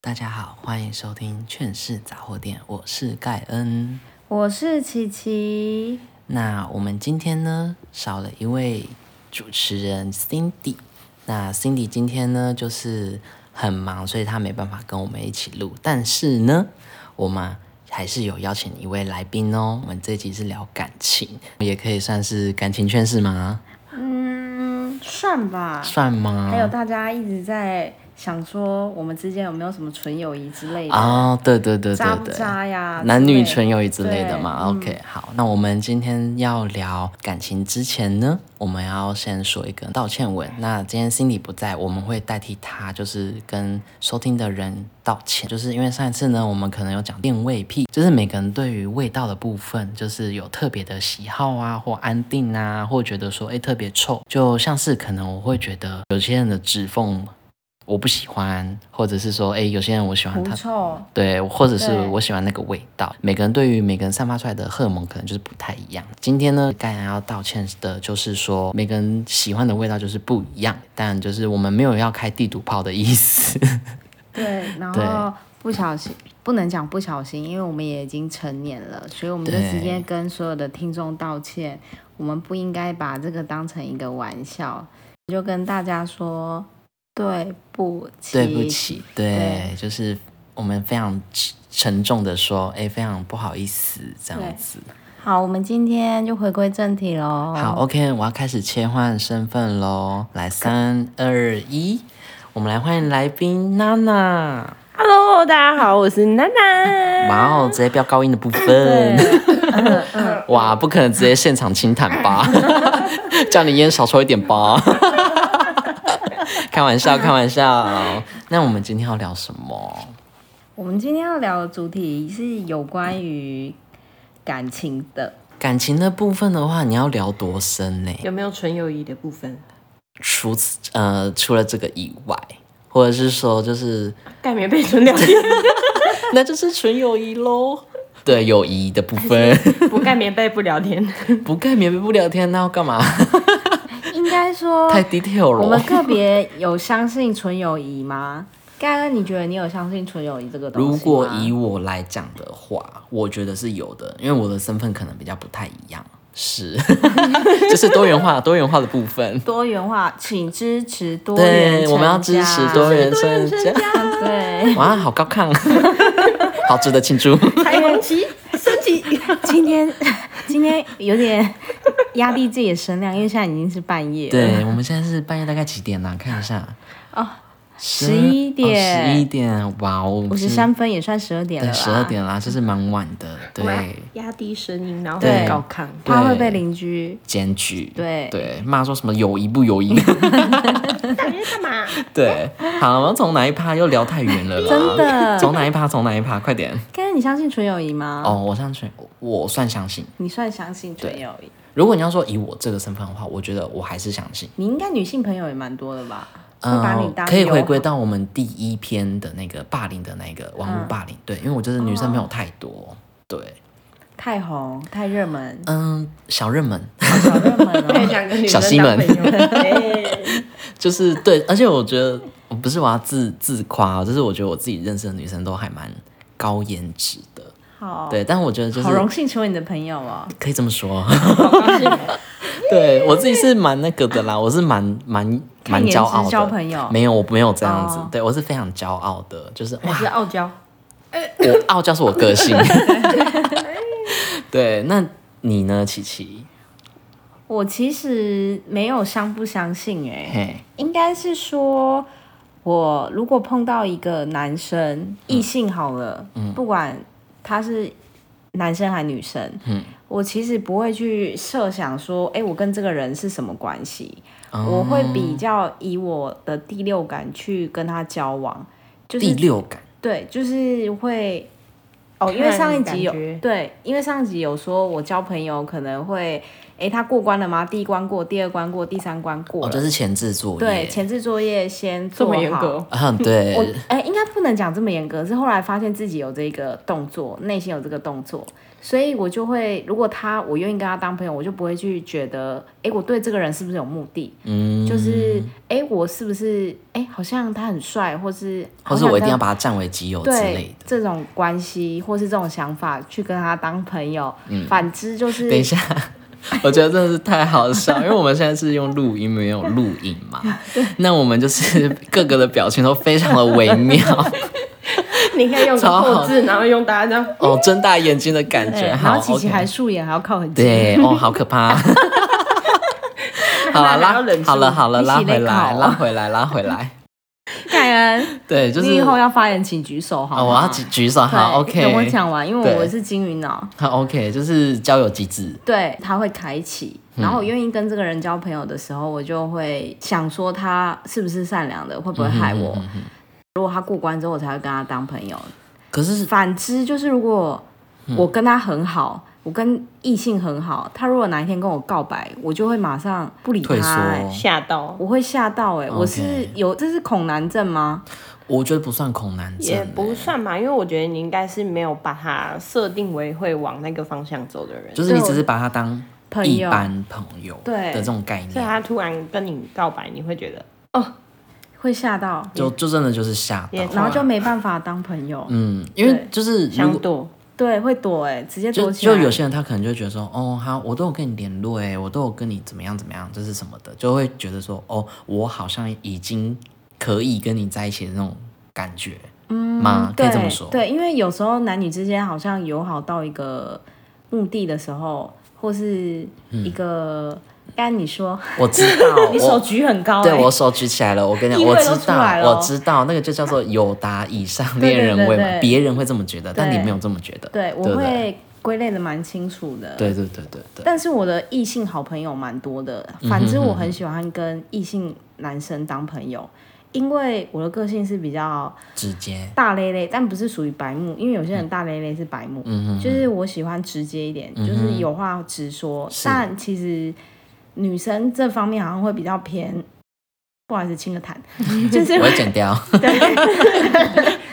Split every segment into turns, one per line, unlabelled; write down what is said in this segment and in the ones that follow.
大家好，欢迎收听《劝世杂货店》，我是盖恩。
我是琪琪，
那我们今天呢，少了一位主持人 Cindy。那 Cindy 今天呢，就是很忙，所以她没办法跟我们一起录。但是呢，我们还是有邀请一位来宾哦。我们这集是聊感情，也可以算是感情劝世吗？
嗯，算吧。
算啊吗？
还有大家一直在想说，我们之间有没有什么纯友谊之类的，
哦，对对对对
渣不
对，
渣呀
男
啊之
女
类
纯友谊之类的
对嗯
嘛。OK，好，那我们今天要聊感情之前呢，我们要先说一个道歉文。那今天 Cindy 不在，我们会代替他，就是跟收听的人道歉。就是因为上一次呢，我们可能有讲定位癖，就是每个人对于味道的部分，就是有特别的喜好啊，或安定啊，或觉得说诶特别臭，就像是可能我会觉得有些人的指缝。我不喜欢，或者是说，诶，有些人我喜欢
狐
他，
臭。
对，或者是
对
我喜欢那个味道。每个人对于每个人散发出来的荷尔蒙可能就是不太一样。今天呢，当然要道歉的就是说，每个人喜欢的味道就是不一样，但就是我们没有要开地图炮的意思。
对，然
对
后不小心，不能讲不小心，因为我们也已经成年了，所以我们就
对
直接跟所有的听众道歉，我们不应该把这个当成一个玩笑，就跟大家说对不起，
对不，起，对，
对
就是我们非常沉沉重的说，哎，非常不好意思这样子。
好，我们今天就回归正题喽。
好，OK，我要开始切换身份喽。来，三二一，我们来欢迎来宾娜娜。
Hello，大家好，我是娜娜。
哇哦，直接飙高音的部 分。 哇，不可能直接现场清谈 吧？叫你烟少抽一点吧。 开玩笑，开玩笑。那我们今天要聊什么？
我们今天要聊的主题是有关于感情 的，
感情的部分的话，你要聊多深呢？
有没有纯友谊的部分？
除此呃，除了这个以外，或者是说，就是
盖棉被纯聊天，
那就是纯友谊 喽。对，友谊的部分，
不盖棉被不聊 天。
不盖棉被不聊天，那要干嘛？
应该说
太 detail 了。
我们个别有相信纯友谊吗？盖恩，你觉得你有相信纯友谊这个东西
如
吗
果以我来讲的话，我觉得是有的，因为我的身份可能比较不太一样，是， 就是多元 化，多元化的部分。
多元化，请支持多元
对，我们要支持多元生家。
家，对。
哇，好高 亢，好值得庆祝。
彩虹 旗，升旗。
今天 今天有点压低自己的声量，因为现在已经是半夜了。
对，我们现在是半夜大概几点呢、啊看一下，
哦，
十
11点
十一点，哇哦，
五十
是
三分也算十二点了
对，
啦
十二，点啦，就是蛮晚 的，对，
压低声音，然后
对
高 亢。
怕会
对
被邻居。
检举，
对
对，骂说什么友谊不友谊。
大约干 嘛？
对，好，我们从哪一趴又聊太远了啦？
真的
从哪一趴？从哪一趴？快点！
盖恩，你相信纯友谊吗？
哦，我相信，我算相信。
你算相信纯友谊？
如果你要说以我这个身份的话，我觉得我还是相信。
你应该女性朋友也蛮多的吧？会把你
嗯，
当
可以
友
回归
好
到我们第一篇的那个霸凌的那个网络霸
嗯
凌，对，因为我觉得女生朋友太
哦
多，对，
太红、太 热门、
嗯，小热门
小热门
可以
哦。
讲个女
小
生
西
当
门
朋 友。哎
就是对，而且我觉得我不是我要自自夸，就是我觉得我自己认识的女生都还蛮高颜值的，
好，
对，但我觉得就是
哦好荣幸成为你的朋友哦。
可以这么说，对我自己是蛮那个的啦，我是蛮蛮蛮骄傲
看颜值
的。
交朋友
没有，我没有这样子，
哦
对我是非常骄傲的，就是
我
哇
是，傲娇，
我傲娇是我个性。对，那你呢，琪琪？
我其实没有相不相信哎、
嘿，
应该是说，我如果碰到一个男生，异性好了，
嗯
不管他是男生还女生，
嗯
我其实不会去设想说，哎、我跟这个人是什么关系，
哦
我会比较以我的第六感去跟他交往，就是
第六感，
对，就是会哦，因为
看
上一集
感
有
觉
对，因为上一集有说我交朋友可能会诶，他过关了吗？第一关过，第二关过，第三关过
哦，
了。
这是前置作业，
对，前置作业先
这
做
么严
好
格，
啊，对，
我哎、应该不能讲这么严格，是后来发现自己有这个动作，内心有这个动作，所以我就会，如果他我愿意跟他当朋友，我就不会去觉得，哎、我对这个人是不是有目的？
嗯，
就是，哎、我是不是，哎、好像他很帅，或是，
或是我一定要
把
把它占为己有之类
对
的。
这种关系或是这种想法去跟他当朋友，反之就是
嗯等一下， 我觉得真的是太好笑， 因为我们现在是用录音，没有录影嘛，那我们就是各个的表情都非常的微 妙，
你应该用个
超好
后置，然后用大家这样。
哦，睁大眼睛的感
对，
觉，
然
好
后琪琪
OK
还素颜，还要靠很近，
对， 哦，好可 怕。好了，
那还要
拉
忍住
好了，好了，
你
拉
洗
回
内
来，
考
拉回来，拉回 来。
感恩。
对，就是
你以后要发言，请举手好
哦，
吗？
我要举举手，
对
好
等我
，OK，
讲完，因为
对
我是金鱼脑，
好，OK，就是交友机制，
对，他会开启。然后我愿意跟这个人交朋友的时候，我就会想说他是不是善良的，会不会害
嗯
我？如果他过关之后，我才会跟他当朋友。
可是
反之，就是如果我跟他很好，我跟异性很好，他如果哪一天跟我告白，我就会马上不理他、
退
欸
缩，
吓到，
我会吓到哎、欸
OK
我是有这是恐男症吗？
我觉得不算恐难症
也
欸，
不算吧，因为我觉得你应该是没有把它设定为会往那个方向走的人，
就是你
对
只
我
是把它当
朋
一
友
般朋友
对
的这种概
所
念，
以他突然跟你告白，你会觉得
会吓到，
就就真的就是吓
也
到，
然后就没办法当朋友，
嗯，因为
对
就是如
想
果。
躲，
对，会躲哎、欸直接
就
躲起
就
来。
有些人他可能就会觉得说，哦，好，我都有跟你联络哎，我都有跟你怎么样怎么样，就是什么的，就会觉得说，哦，我好像已经可以跟你在一起的那种感觉，嗯吗？可以
对
这么说，
对，因为有时候男女之间好像友好到一个目的的时候，或是一个，刚、才你说，
我知道
你手
嗯哦我
举很高、欸，
对我手举起来了，我跟 你讲，
意
我
味
知
都出
道
来，了
我知道，那个就叫做有达以上
对对
恋人未满，
对对
别人会这么觉得，但你
对
没有这么觉得，
对我
不对
会归类的蛮清楚的。
对对对对对，
但是我的异性好朋友蛮多的，
嗯
反之我很喜欢跟异性男生当朋友，因为我的个性是比较
直接，
大咧咧，但不是属于白目，因为有些人大咧咧是白目，
嗯
就是我喜欢直接一点，就是有话直说。
是
但其实女生这方面好像会比较偏，不好意思，清 个痰，就是
我会剪 掉，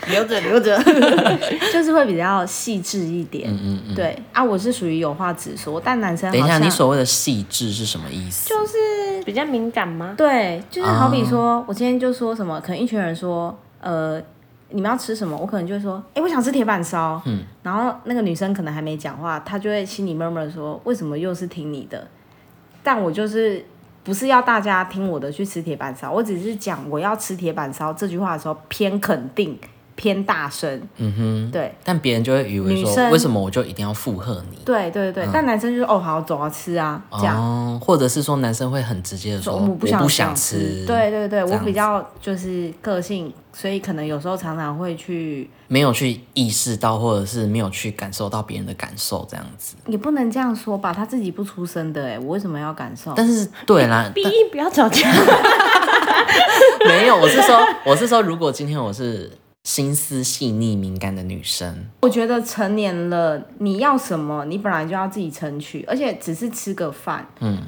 留着留着，
就是会比较细致一点。
嗯嗯嗯。
对啊，我是属于有话直说，但男生好
等一下，
像
你所谓的细致是什么意思？
就是
比较敏感 吗？
对，就是好比说，我今天就说什么，可能一群人说，呃，你们要吃什么？我可能就会说，哎、我想吃铁板烧。嗯，然后那个女生可能还没讲话，她就会心里默默地说，为什么又是听你的？但我就是不是要大家听我的去吃铁板烧，我只是讲我要吃铁板烧这句话的时候偏肯定。偏大声，嗯哼，对
但别人就会以为
女
说，
生
为什么我就一定要附和你？
对对对，但男生就是哦好走啊吃啊这样，
哦，或者是说男生会很直接的说，
说
哦
哦
我
我不想
想
吃
吃，，
对对对，
这
我
样
比较就是个性，所以可能有时候常常会去，
没有去意识到，或者是没有去感受到别人的感受这样子。
也不能这样说吧，他自己不出声的哎，我为什么要感受？
但是对啦，
逼不要吵架，
但没有，我是说，我是说，如果今天我是心思细腻、敏感的女生，
我觉得成年了，你要什么，你本来就要自己争取，而且只是吃个饭，
嗯，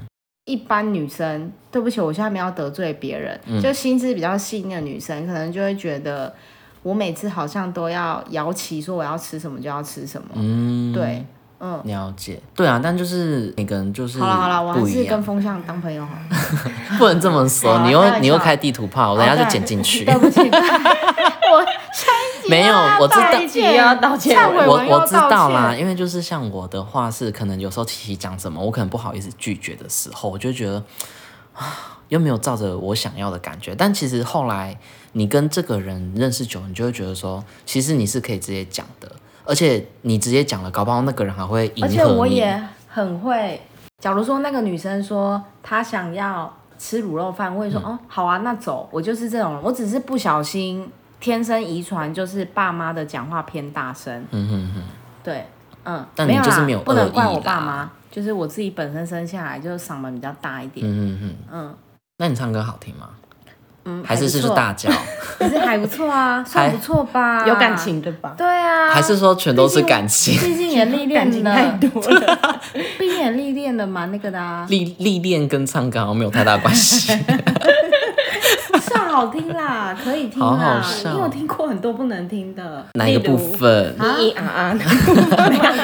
一般女生，对不起，我现在没有得罪别人，
嗯
就心思比较细腻的女生，可能就会觉得我每次好像都要摇旗说我要吃什么就要吃什么，
嗯，
对，嗯，
了解，对啊，但就是每个人就是
好了好了，我还
嗯不一
是
样
跟，风向当朋友好了。
不能这么
好
说，
啊
你
开
又
玩
你又
笑
开地图炮，人家就剪进 去。
对不起，我下一集
没有
啊
我知道
道
一集又要道歉
忏悔
我
完又
我
要
知道
道
啦，
歉
因为就是像我的话是，可能有时候琪琪讲什么，我可能不好意思拒绝的时候，我就觉得啊，又没有照着我想要的感觉。但其实后来你跟这个人认识久了，你就会觉得说，其实你是可以直接讲的，而且你直接讲了，搞不好那个人还会迎
而且
合
我
你。
也很会，假如说那个女生说她想要吃卤肉饭，我会说、
嗯
哦，好啊，那走。我就是这种人，我只是不小心天生遗传，就是爸妈的讲话偏大声。嗯对，嗯，
但
没
你就是
啦
没有
不能
恶
怪
意
我爸
啦
妈，就是我自己本身生下来就是嗓门比较大一点。
嗯嗯嗯，
嗯，
那你唱歌好听吗？
嗯，
还是是不是
不错
大，叫？
可是还不 错啊，算不错吧，
有感，情对吧？
对啊，
还是说全都是感情？，
毕竟也历
感情
练
太
了，
多了，
毕竟也历练了蛮那个的啊
历历练跟唱歌好像没有太大关 系。
算好听 啦，可以听
好好
啦，
笑
因为我听过很多不能听的，
哪一个部分？
你啊啊！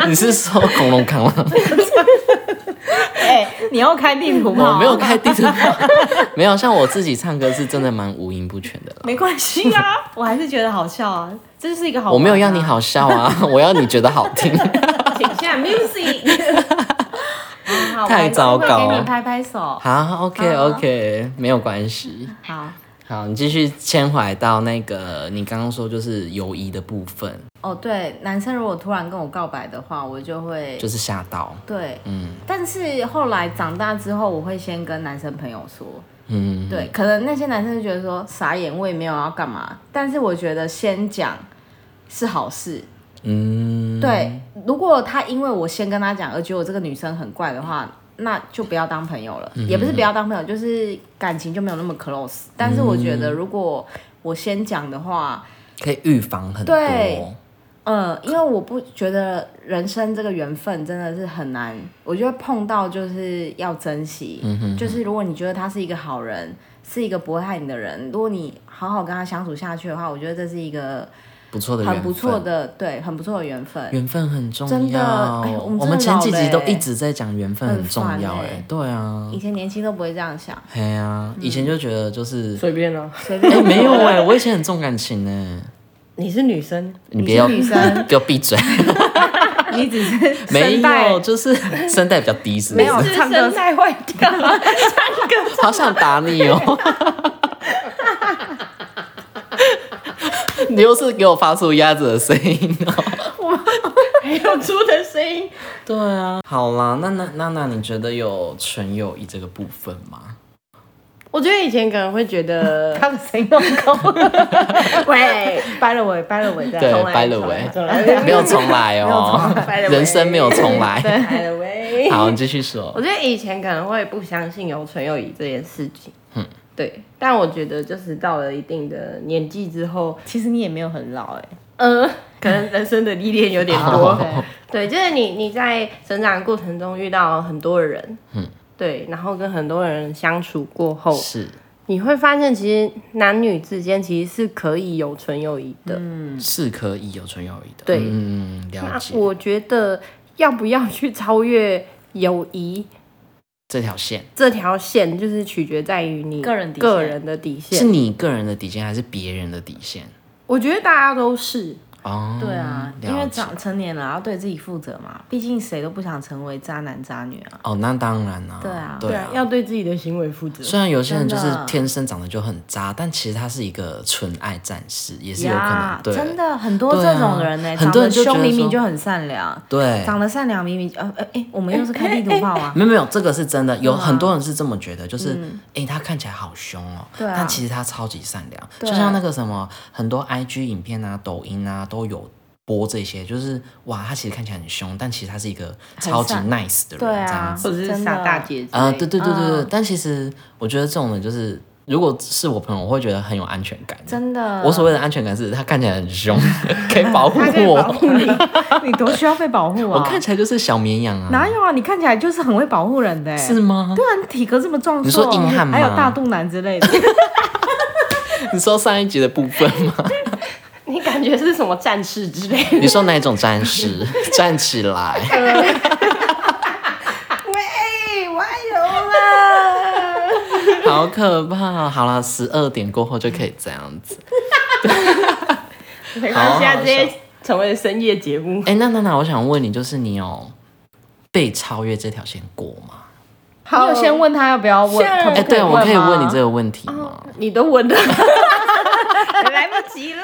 你是说恐龙 扛吗？
啊
哎，你要开地图吗？
我没有，开地图炮， 没有。像我自己唱歌是真的蛮五音不全的啦。
没关系啊，我还是觉得好笑啊，这是一个好。
我没有要你，好笑啊， 我要你觉得好听。
请下 music。嗯好
太糟糕
会给你拍拍手，
好，OK
好 嗯
OK，没有关系。
好。
好，你继续牵回到那个你刚刚说就是友谊的部分，
哦，对，男生如果突然跟我告白的话，我就会
就是吓到，
对，
嗯
但是后来长大之后，我会先跟男生朋友说，
嗯，
对，可能那些男生就觉得说傻眼，我也没有要干嘛，但是我觉得先讲是好事。
嗯，
对，如果他因为我先跟他讲而觉得我这个女生很怪的话，那就不要当朋友
嗯
了，也不是不要当朋友，就是感情就没有那么 close。但是我觉
嗯
得如果我先讲的话，
可以预防很
对
多。
嗯，因为我不觉得人生这个缘分真的是很难，我觉得碰到就是要珍惜。
嗯
就是如果你觉得他是一个好人，是一个不会害你的人，如果你好好跟他相处下去的话，我觉得这是一个
不错的缘
很
分，
不错的，对，很不错的缘分。
缘分很重要。
真的哎呦我们真的
们前几
老了
集
欸
都一直在讲缘分很重要、
很烦
哎、
欸
对啊
以，前年轻都不会这样想，
嘿啊，以前就觉得就是，
随便啊，
随
哎、
便。
没有哎、我以前很重感情哎、
你是女生，
你不要
你是 女生
不要闭 嘴，
你只是
没
声带
有，就是 声带比较低，是不是
没有
是
唱歌
声 带坏掉，
好想打你哦！ 你又是给我发出鸭子的声音哦。
还有猪的声音。
对啊，好啦，那那那那，你觉得有纯友谊这个部分吗？
我觉得以前可能会觉得
他的声音那么 高，
喂，掰了尾，掰了尾，再
对
重来
掰了
重来
尾
重 来
没有重来哦
重来，
人生没有重来。
掰了 尾。
好，你继续说
我。觉得以前可能会不相信有纯友谊这件事情，嗯，对。但我觉得就是到了一定的年纪之后，
其实你也没有很老哎、
呃，可能人生的历练有点多，
哦
对，就是你你在成长过程中遇到很多人，嗯，对，然后跟很多人相处过后，
是
你会发现其实男女之间其实是可以有纯友谊的，
是可以有纯友谊的。
对
嗯，了
那
解
我觉得要不要去超越友谊
这条线
这条线，就是取决在于你
个人底线
个人的底
是
线。
你个人的底线还是别人的底线？
我觉得大家都是，
哦，
对啊，因为
了解
长成年了，要对自己负责嘛。毕竟谁都不想成为渣男渣女啊。
哦，那当然啊，
对啊
对啊，
要对自己的行为负责。
虽然有些人就
真
是
的
天生长得就很渣，但其实他是一个纯爱战士，也是有可能。对，
真的很多
对
这
啊
种人呢、
很
长
多人
得
就觉
凶
得
明明
说
就很善良，
对，
长得善良明明呃呃哎，我们又是开地图炮啊。
没有没有，这个是真的，
嗯
有很多人是这么觉得，就是诶，他看起来好凶哦，
对啊
但其实他超级善良，就
对
像那个什么很多 IG 影片啊、抖音啊都有。播这些就是哇，他其实看起来很凶，但其实他是一个超级
善
nice 的人，
对啊嗯
这样子。
或者是傻大姐之类的
啊，对对对对对，但其实我觉得这种人就是，如果是我朋友，我会觉得很有安全感。
真的
我所谓的安全感是他看起来很 凶，可以保护
他可以保
哎我。
护你，
你多需要被保护
我
啊！
看起来就是小绵羊啊，
哪有啊？你看起来就是很会保护人的、欸，
是吗？
不然体格这么壮硕，
你说硬汉吗
还有大肚腩之 类的，
你说上一集的部分吗？
你感觉是什么战士之类 的？
你说哪一种战士？ 站起来！
喂，我爱油了。
好可怕！好了，十二点过后就可以这样子。
没关系啊，
好好笑
直接成为深夜节目。
哎、那那那，我想问你，就是你有被超越这条线过 吗？
你有先问他要不要问？
是
可
哎、
不可以
对，我可以
吗哦
问你这个问题吗？
你都问了， 来不及喽。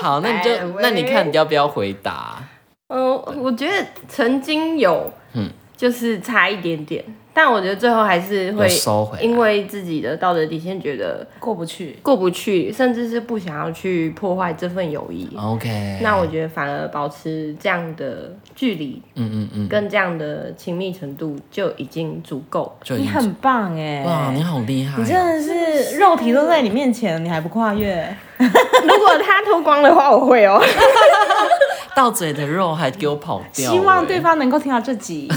好，那你
哎
就那你看，
喂
你要不要回答？
嗯、我觉得曾经有，
嗯
就是差一点点，但我觉得最后还是会
有收回来
因为自己的道德底线觉得
过不去。
过不去，甚至是不想要去破坏这份友谊。
哦 OK，
那我觉得反而保持这样的距离
嗯嗯嗯，
跟这样的亲密程度就已经足够。
就已
你
经
很棒哎、
哇，你好厉害哦、
你真的是肉体都在你面前，你还不跨越？
如果他脱光的话，我会哦。
到嘴的肉还给我跑掉、
希望对
欸，
方能够听到这集。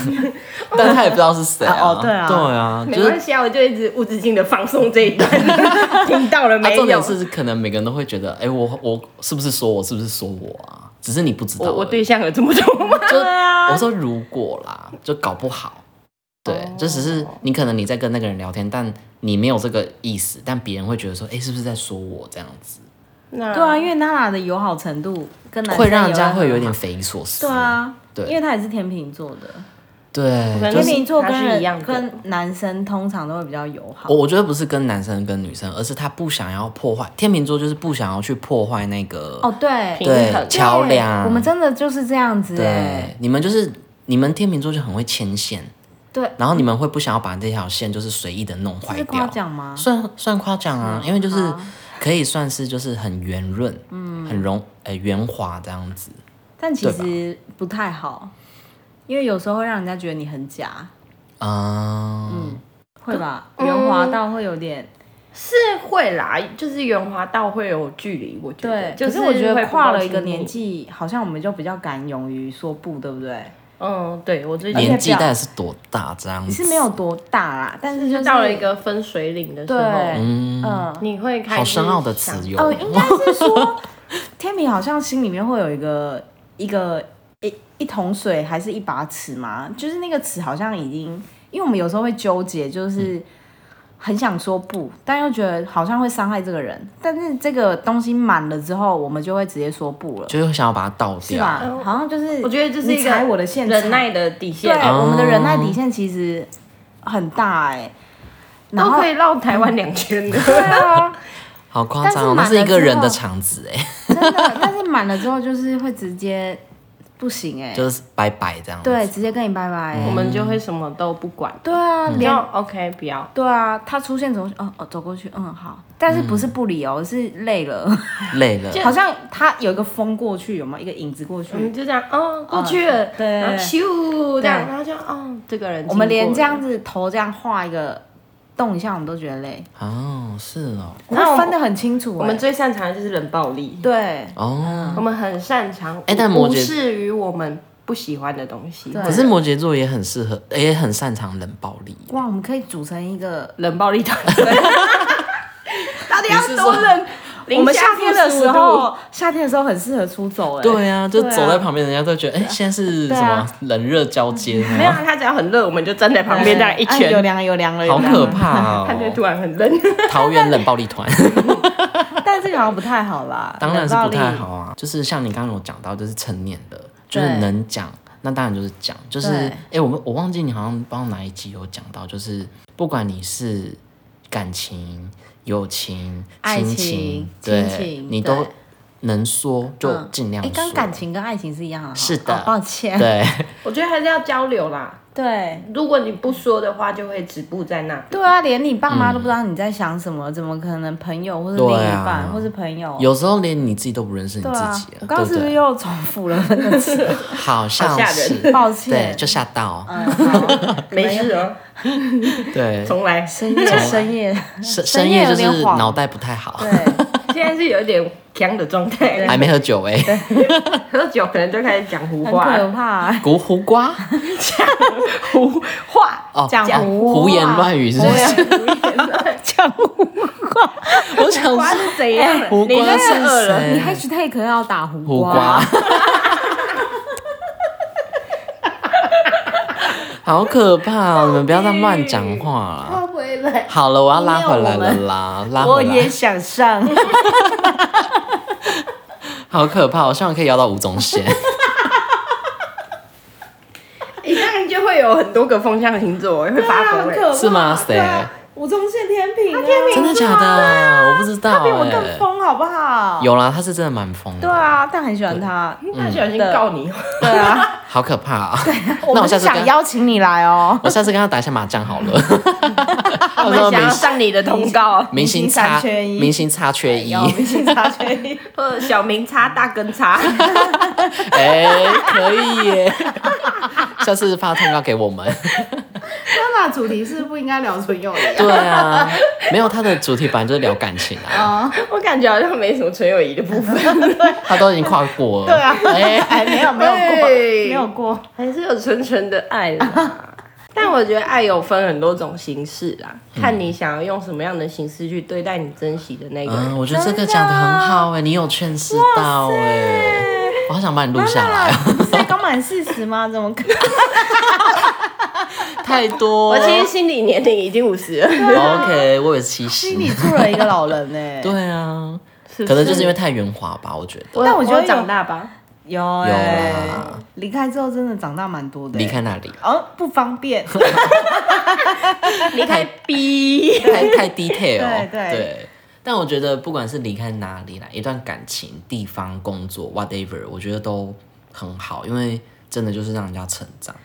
但他也不知道是谁啊。
哦对啊
对啊，
没
就是
关系啊，我就一直无止境的放松这一 段，听到了
啊，
没
重
有？
点是可能每个人都会觉得，哎、我我是不是说我是不是说我啊？只是你不知道而
我
已。
我对象有这么多吗？
就
对啊
我说如果啦，就搞不好，对，就只是你可能你在跟那个人聊天，但你没有这个意思，但别人会觉得说，哎、是不是在说我这样子，
那
对啊，因为娜娜的友好程度跟男生
嗯会让人家
友好
会有点匪夷所思。
对，啊，
对
因为他也是天秤座的，
对，
能
就
天
是
跟你
秤座跟
他是一样
人
的
跟男生通常都会比较友好
我。我觉得不是跟男生跟女生，而是他不想要破坏天秤座，就是不想要去破坏那个
哦，对，
平
对
衡
桥梁。
对我们真的就是这样子哎，
对你们就是你们天秤座就很会牵线，
对，
然后你们会不想要把这条线就是随意的弄
这
坏
是
掉
夸，奖啊吗？
算算夸奖啊，因为就是可以算是就是很圆润，嗯，很容呃圆滑这样子。
但其实不太好，因为有时候会让人家觉得你很假，
啊、
嗯会吧？圆滑
嗯
到会有点
是会啦，就是圆滑到会有距离，我觉得。
对，
就
可是我觉
会
得
不
跨
够
了一个
亲密
年，纪，好像我们就比较敢勇于说不，对不对？
嗯，对我最近
年纪
而且表
大概是多大这样
你
子？
是没有多大啦，但是就是
到了一个分水岭的时
对，
候，
嗯，哦，
你会开始
好深奥的
想
词哟、
应该是说天平好像心里面会有一个一个一一桶水还是一把尺嘛，就是那个尺好像已经，因为我们有时候会纠结，就是。很想说不，但又觉得好像会伤害这个人。但是这个东西满了之后，我们就会直接说不了，
就是想要把它倒
是
掉。
吧？好像就是
我觉得这是
你
一个
踩我的线，踩
忍耐的底
对，
线，
我们的忍耐底线其实很大哎、然
都
后
可以绕台湾两圈的。
对啊，
好夸张哦，那
但是
是
满了
一个人的
之后
场子哎、
真的，但是满了之后就是会直接不行哎、
就是嗯拜拜这样子。
对，直接跟你拜拜、
我
欸。
们就会什么都不管，
对啊，
嗯
就
连
OK，不要。
对啊，他出现走哦哦走过去，嗯好，但是不是不理
嗯
由，是累了，
累了。
好像他有一个风过去，有没有一个影子过去？
我
嗯
们就这样，哦，过去了，
对
然后咻这
对
样，然后就，哦，这个人经过了，
我们连这样子头这样画一个动一下，我们都觉得累。
哦，是哦，
我
那我
们
们
分得很清楚、欸，
我们最擅长的就是冷暴力，
对嗯
哦。
我们很擅长，
哎但摩
无
羯
视于我们不喜欢的东西，
对
可是摩羯座也很适合，也很擅长冷暴力。
哇，我们可以组成一个
冷暴力团队，到底要多 冷？
我们夏天的时
零下
候，夏天的时候很适合出走哎、
对啊，就
对啊
走在旁边，人家都觉得，哎、现在是
对
什
啊
么冷热交接
45度，没有
呢？
啊，他只要很热，我们就站在旁边
对
这样一
啊有
圈，
凉了有凉了，有
好
凉了
可。 怕
他就
哦！
突然很冷。
桃园冷暴力团。
但这个好像不太好啦，
当然是
冷暴
不
力
太。好啊。就是像你刚刚有讲到，就是成年的，就是
对
能讲，那当然就是讲。就是
对
哎、诶我们我忘记你好像不知道哪一集有讲到，就是不管你是感情、友情、
爱
亲
情
情，
亲
对，
情
你
对
都能说就
嗯
尽量
哎，
说。
跟感情跟爱情是一样的哈。
是的
哦抱歉。
对，
我觉得还是要交流啦，
对
如果你不说的话，就会止步在那。
对啊，连你爸妈都不知道你在想什么，怎么可能朋友或是另
嗯对
一
啊
半、或是朋友？
有时候连你自己都不认识你自
对啊
己，
我
了，对
刚刚
不
是不是
对？
又重复了那个词？
好像
吓人
是，
抱
对
歉，，
就吓到，
嗯好
没事哦，
对，
重来。
深夜深夜，
深
深
深
夜
夜
有
就
点
是
晃
脑袋不太好，
对，
现在是有点强的状态，
还没喝酒哎、欸，
喝酒可能就开始讲胡
很
话，
可怕欸。
古胡 瓜。
胡话
哦，
讲
哦
胡话啊
胡言乱语是不是？
讲胡话，
我想
胡瓜
说
是怎样？
胡
哎你
瓜
真的饿
是
了，
你
谁？
hashtag 要打胡
胡瓜。 好可怕、哦！你们不要再乱讲话了。
回来。
好了，我要拉回来
没
了
有
啦，拉
我
回
也
来。
想上。
好可怕、哦！我希望可以邀到吴宗 宪。
你这样就会有很多个风向星座会发
很可
疯。
怕
是吗谁
对啊
我中线天平、啊，
天
真
平
的假的？我不知道
他比我
哎、
更疯，好不好？
有啦，他是真的蛮疯的，
对，啊，但很喜欢他。
大小心告你哦，
对啊，
好可怕啊！
我
那我
们
下
是
次跟
想邀请你来哦。
我下次跟他打一下麻将好了。哦
我们想要上你的通 告，
明星
明星三
差
缺一
明星差缺一，
有明星差缺 一，
或者小明叉大根叉，
哎、可以耶！ 下次发通告给我们。
那主题是不应该聊纯友谊啊。哦
对啊， 没有他的主题本来就是聊感情啊，
我感觉好像没什么纯友谊的部分，
他都已经跨过了。对
啊
哎、
哎，没有没有过，
对
没有过。
还是有纯纯的爱啦。但我觉得爱有分很多种形式啦，
嗯
看你想要用什么样的形式去对待你珍惜的那个人。
嗯，我觉得这个讲的很好哎、你有劝世到哎、我好想把你录下
啊
来，
才刚满四十吗？怎么可能？
太多。
我其实心理年龄已经五十了，
OK，我有七十
心。里住了一个老人欸 呢？
对啊，
是不
可能就是因为太圆滑吧，我觉得。
我
但我觉得有
长大吧，
有哎
有啦，
离开之后真的长大蛮多的欸。
离开那里
哦，不方 便。
离开 B，
太太 detail，
对对
但我觉得不管是离开哪里啦，一段感情、地方、工作，whatever，我觉得都很好，因为真的就是让人家成长。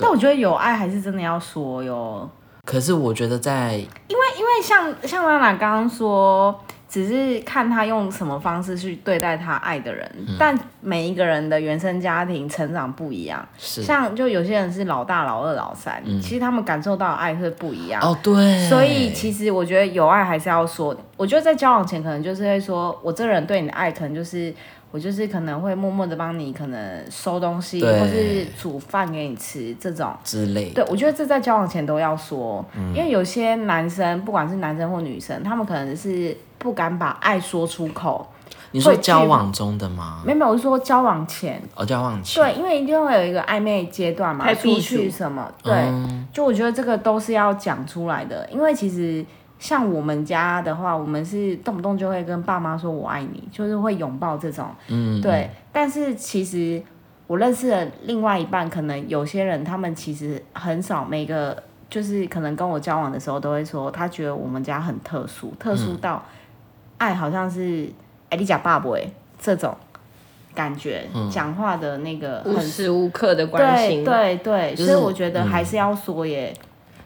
但我觉得有爱还是真的要说哟，
可是我觉得在
因为因为像像娜娜刚刚说，只是看他用什么方式去对待他爱的人，
嗯
但每一个人的原生家庭成长不一样，
是
像就有些人是老大、老二、老三，其实他们感受到的爱会不一样。
嗯哦对，
所以其实我觉得有爱还是要说，我觉得在交往前可能就是会说，我这个人对你的爱可能就是我就是可能会默默的帮你可能收东西
对
或是煮饭给你吃这种。
之类
对，我觉得这在交往前都要说，因为有些男生不管是男生或女生，他们可能是不敢把爱说出口。
你说
会去
交往中的吗？
没有，我是说交往前，
哦，交往前，
对，因为一定会有一个暧昧阶段嘛，
太
出
避暑
去什么，对，就我觉得这个都是要讲出来的，因为其实像我们家的话，我们是动不动就会跟爸妈说我爱你，就是会拥抱这种，嗯，对，但是其实我认识的另外一半，可能有些人他们其实很少每个。就是可能跟我交往的时候都会说，他觉得我们家很特殊，特殊到爱好像是哎、你讲爸爸哎这种感觉，讲、话的那个
无
很
时无刻的关心，
对对对，
就
所以
是
我觉得还是要说耶，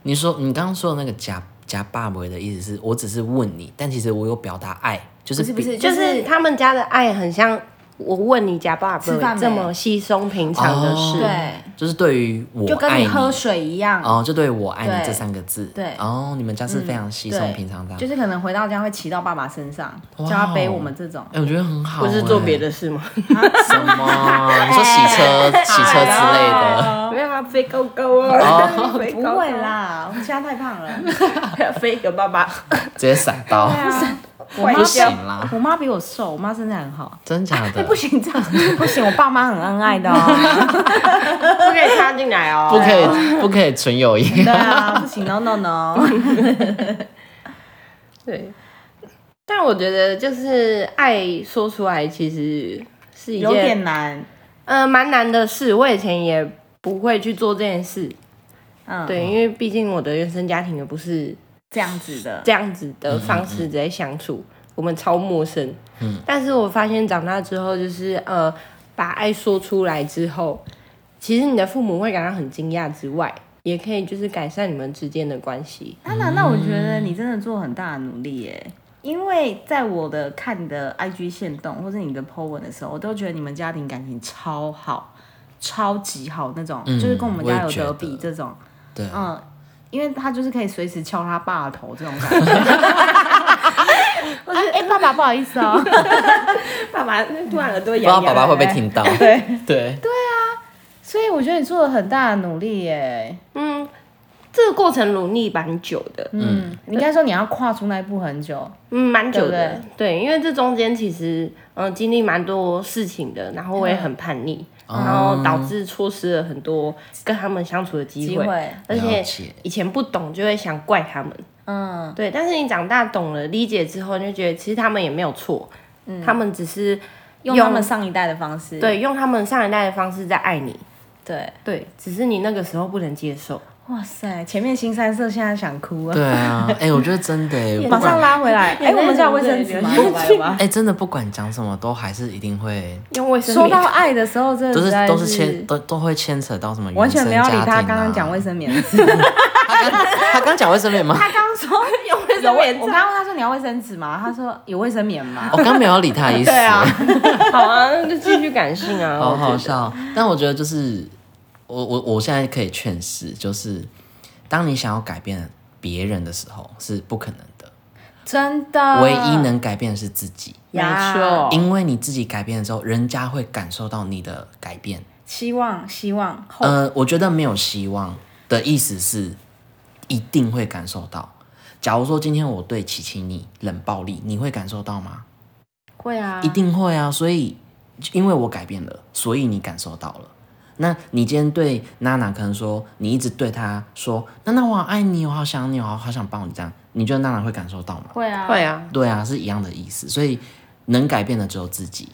你说你刚刚说的那个假假爸爸的意思是我只是问你，但其实我有表达爱，就是
不是不
比
是，
就是他们家的爱很像我问你家爸
吃饭
爸
没哦
这么稀松平常的事，
对，
哦就是对于我
就跟
爱
你喝水一样，
哦，就对我爱你
对
这三个字，
对嗯
哦，你们家是非常稀松
对
平常的，啊
就是可能回到家会骑到爸爸身上，
哇哦
叫他背我们这 种，
哎、我觉得很好、
不是做别
的
的事吗？
什 么？你说洗
哎
车、洗车之类的，
没有啊，飞高高啊，
哦
飞
哦哎 不
高高
会，啦，我现在太胖了，
飞个爸爸，
直接闪到，
对啊，我
坏
妈
不
掉
行啦，
我妈比我瘦，我妈身材很好，
真假
哎
的，
不行这样不行，我爸妈很恩爱的哦，
不可以插进来哦，
不可以，不可以纯友谊。
对啊，不行 no no no，
对，但我觉得就是爱说出来，其实是一
有
件
点难，
呃蛮难的事。我以前也不会去做这件事，
嗯，
对，因为毕竟我的原生家庭也不是
这样子的，
这样子的方式在相处，我们超陌生。嗯，但是我发现长大之后，就是呃，把爱说出来之后，其实你的父母会感到很惊讶之外，也可以就是改善你们之间的关系。
安娜，那我觉得
嗯
你真的做很大的努力耶，因为在我的看你的 IG 线动或是你的 po 文的时候，我都觉得你们家庭感情超好，超级好那种，就是跟我们
嗯我也
家有
觉得
得比这种，
对，
嗯。因为他就是可以随时敲他爸的头这种感 觉，我觉得哎、爸爸不好意思哦，
爸爸突然耳朵
不知道爸爸会不会听 到？对对，
所以我觉得你做了很大的努力耶。
嗯，这个过程努力蛮久的，
嗯，你应该说你要跨出那一步很久，
嗯，蛮久的，
对
对，因为这中间其实嗯、呃经历蛮多事情的，然后我也很叛逆，然后导致错失了很多跟他们相处的机会，
机会
而
了
且
解
以前不懂就会想怪他们，
嗯，
对，但是你长大懂了理解之后，你就觉得其实他们也没有错，他们只是
用他们上一代的方式，
对用他们上一代的方式在爱你，
对，
对，只是你那个时候不能接受，
哇塞，前面新三色，现在想哭啊！
对啊，哎、我觉得真的、 欸，不
马
管
上拉回 来。哎、我们家有卫生纸吗？
哎、真的不管讲什么，都还是一定会，
用卫 生
说
棉
到 爱的时候，真的
都
实
是
在
都是牵都都会牵扯到什么原
完全
生
没有
家
理
庭啊。
他刚刚讲卫生棉的 事。
他刚他刚讲卫生棉吗？
他刚说
用卫
有
生
卫，
棉
我刚问他说你要卫生纸吗？他说有卫生棉吗？
我刚没有理他的意思。
对啊，好啊，那就继续感性 啊，
好好
我觉得。
笑。但我觉得就是，我我我现在可以劝世，就是当你想要改变别人的时候是不可能的，
真的，
唯一能改变的是自己。
没
呀
错，
因为你自己改变的时候，人家会感受到你的改变。
希望希望后
呃，我觉得没有希望的意思是一定会感受到。假如说今天我对琪琪你冷暴力，你会感受到吗？
会啊，
一定会啊，所以因为我改变了，所以你感受到了。那你今天对娜娜可能说，你一直对她说，娜娜我好爱你，我哦好想你，我好好想抱你，这样，你觉得娜娜会感受到吗？
会啊
会啊，
对啊，是一样的意思。所以能改变的只有自己，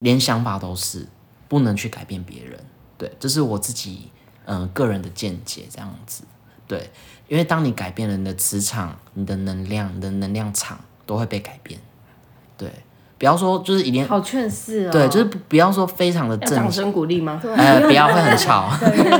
连想法都是不能去改变别人。对，这是我自己嗯、呃个人的见解，这样子。对，因为当你改变了你的磁场、你的能量、你的能量场都会被改变。对，不要说就是一定
好劝世哦。
对，就是不不要说非常的
要
正
掌声鼓励吗？
呃，不要会很吵。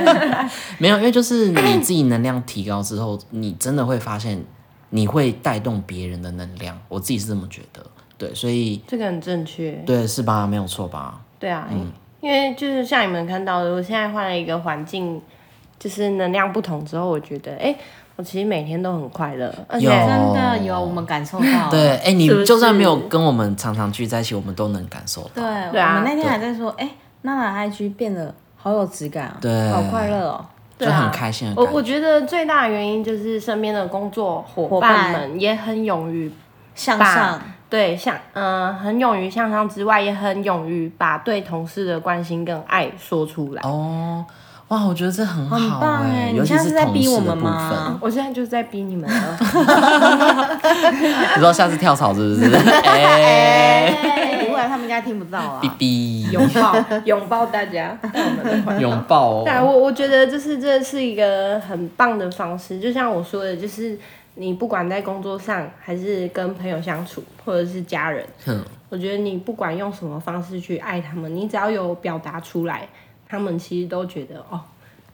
没有，因为就是你自己能量提高之后，你真的会发现你会带动别人的能量。我自己是这么觉得，对，所以
这个很正确。
对是吧？没有错吧？
对啊，
嗯
因为就是像你们看到的，我现在换了一个环境，就是能量不同之后，我觉得，哎、我其实每天都很快乐，而且
有
真的有，我们感受到。
对，哎、你
是不是
就算没有跟我们常常聚在一起，我们都能感受
对，
到。
对啊
我们那天还在说，哎，娜娜 IG 变得好有质感啊，
对
好快乐哦。
就很开心的
我
感
我
觉。
觉得最大的原因就是身边的工作伙伴们也很勇于
向
把
上，
对向，嗯、很勇于向上之外，也很勇于把对同事的关心跟爱说出来。
哦，哇，我觉得这很
很
好
棒
哎、
哎
尤
你
其
现在
是
是在
同
逼
事
我
的
们
部
吗
分。
我现在就是在逼你们了，
你说下次跳槽是不是？哎、
哎不然他们应该听不到啊
哔。哔，
拥抱拥抱大家。
拥抱哦。
对啊，我我觉得就是这是一个很棒的方式，就像我说的，就是你不管在工作上，还是跟朋友相处，或者是家人，
嗯
我觉得你不管用什么方式去爱他们，你只要有表达出来，他们其实都觉得哦，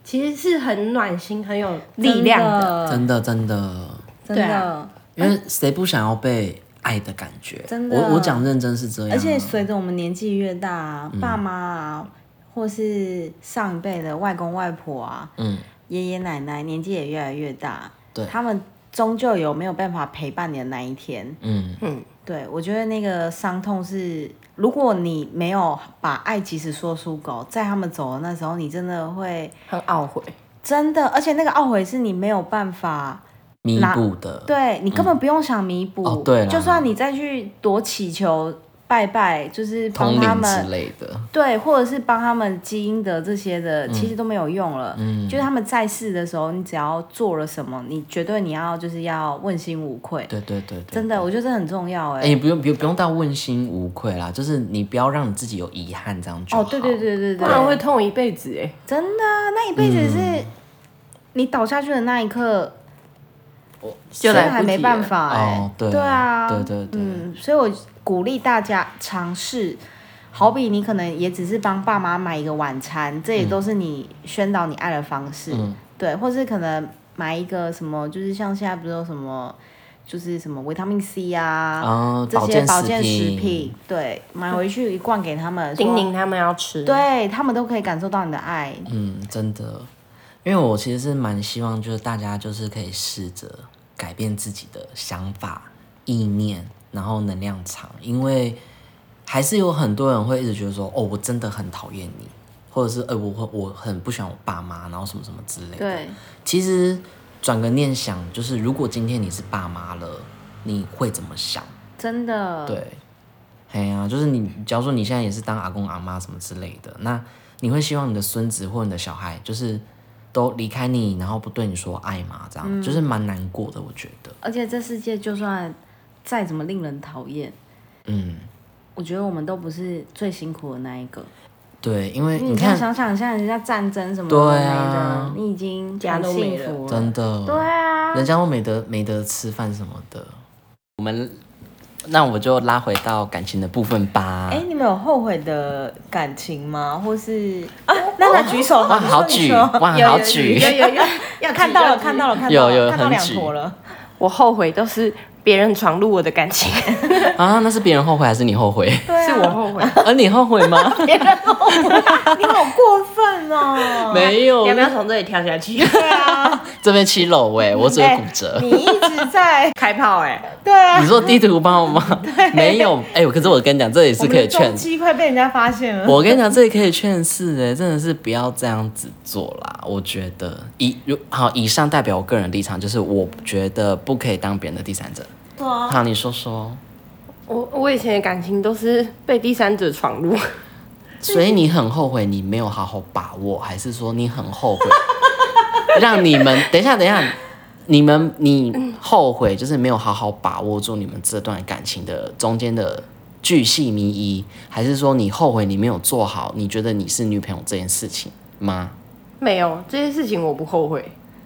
其实是很暖心、很有力量的。
嗯
真的真的，
真的，真
对
的
啊
因为谁不想要被爱的感觉？
哎真的
我我讲认真是这样啊，
而且随着我们年纪越大、啊，爸妈啊，或是上一辈的外公外婆啊，
嗯，
爷爷奶奶年纪也越来越大，
对
他们终究有没有办法陪伴你的那一天。
嗯，
对我觉得那个伤痛是，如果你没有把爱及时说出口，在他们走的那时候，你真的会
很懊悔，
真的，而且那个懊悔是你没有办法。
弥
那
补的，
对你根本不用想弥补、
哦对啦
就算你再去多祈求拜拜，就是帮
通
他
灵
们
之类的，
对，或者是帮他们基因的这些的，
嗯
其实都没有用了。就是他们在世的时候，你只要做了什么，你绝对你要就是要问心无愧。
对对对对，
真的，我觉得这很重要哎、
哎、你不用不用不用到问心无愧啦，就是你不要让你自己有遗憾，这样就
哦，
好。
对对，对对
不然
对，
啊会痛一辈子哎。
真的，那一辈子是、
嗯
你倒下去的那一刻，
就
真的
来不
还没
及
办
了
法哎、
哦对
啊，
对对对
嗯，所以我鼓励大家尝试。好比你可能也只是帮爸妈买一个晚餐，这也都是你宣导你爱的方式，
嗯
对，或是可能买一个什么，就是像现在不是有什么，就是什么维他命 C 啊，
哦
这些保
保
健
健食
食
品
品，对，买回去一罐给他们，
叮
说
咛他们要吃，，
对他们都可以感受到你的爱，
嗯，真的，因为我其实是蛮希望，就是大家就是可以试着改变自己的想法、意念，然后能量场，因为还是有很多人会一直觉得说，哦，我真的很讨厌你，或者是，呃，我会我很不喜欢我爸妈，然后什么什么之类的。
对，
其实转个念想，就是如果今天你是爸妈了，你会怎么想？
真的，
对，哎呀、就是你，假如说你现在也是当阿公阿妈什么之类的，那你会希望你的孙子或你的小孩就是都离开你，然后不对你说爱吗？这样、就是蛮难过的，我觉得。
而且这世界就算再怎么令人讨厌，
嗯，
我觉得我们都不是最辛苦的那一个。
对，因为
你
你
这样
看，
想想，像人家战争什么
对
的
啊
你已经
家
很
都没
幸
了
福
真的，
对啊，
人家都没得没得吃饭什么的。我们那我就拉回到感情的部分吧。
哎、你们有后悔的感情吗？或是啊，娜娜举手，
哇，
你说
好
你
举，
说
哇，
有
好
有
举，
有有有， 要
看到了，看
了。
到了，看到
有有
了，看到
很
两
举
坨了。
我后悔都是别人闯入我的感 情，
啊，那是别人后悔还是你后悔？
对
是
啊，
我后悔。
而你后悔吗？
你好过分 哦！
没有
你要，不要从这里跳下去？
对啊，
这边七楼哎，我只会
哎
骨折。
你一直 在
开炮哎、
对啊，
你说地图包吗？没有，哎、可是我跟你讲，这也是可以
我们的
劝
踪。迹快被人家发现了。
我跟你讲，这也可以劝世哎，真的是不要这样子做啦。我觉得以如好，以上代表我个人立场，就是我觉得不可以当别人的第三者。
对啊，
好，你说说，
我我以前的感情都是被第三者闯入，
所以你很后悔你没有好好把握，还是说你很后悔 让你们等一下等一下，你们你后悔就是没有好好把握住你们这段感情的中间的巨细靡遗，还是说你后悔你没有做好你觉得你是女朋友这件事情吗？
没有这些事情我不后悔，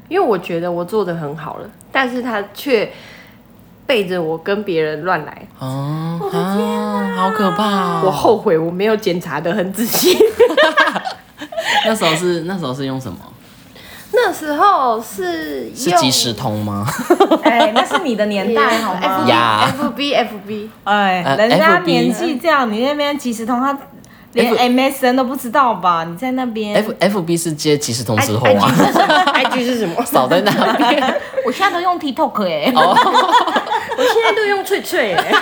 因为我觉得我做的很好了，但是他却背着我跟别人乱来，
哦，啊，好可怕、哦！
我后悔我没有检查的很仔细。
那时候是那时候是用什么？
那时候是
是
用
即时通吗？
哎，那是你的年 代好吗
FB？
呀
FB FB，
哎，
呃
人家
FB
年纪这样，你那边即时通，他连 MSN 都不知道吧？你在那边
F F B 是接即时通之后
IG
啊，
是什么？IG 是什么？
扫在那边。
我现在都用 TikTok 哎、
我现在都用翠翠、欸。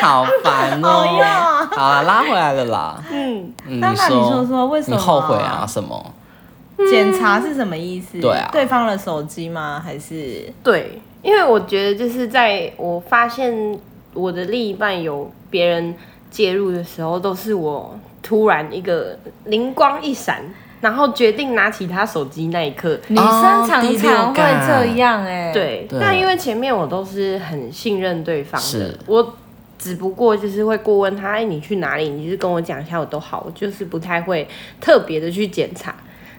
好烦
哎
哦
呀！
好啦，拉回来了啦。
嗯，
嗯
那那你说说为什么
你后悔啊？什么？
检查是什么意思？
对啊
对方的手机吗？还是
对，因为我觉得就是在我发现我的另一半有别人介入的时候，都是我突然一个灵光一闪，然后决定拿起他手机那一刻。
女生
哦
常
第六
常会
感
这欸样哎、，
对，
对
那因为前面我都是很信任对方
是
的，我只不过就是会过问他，哎，你去哪里？你就是跟我讲一下，我都好，我就是不太会特别的去检查。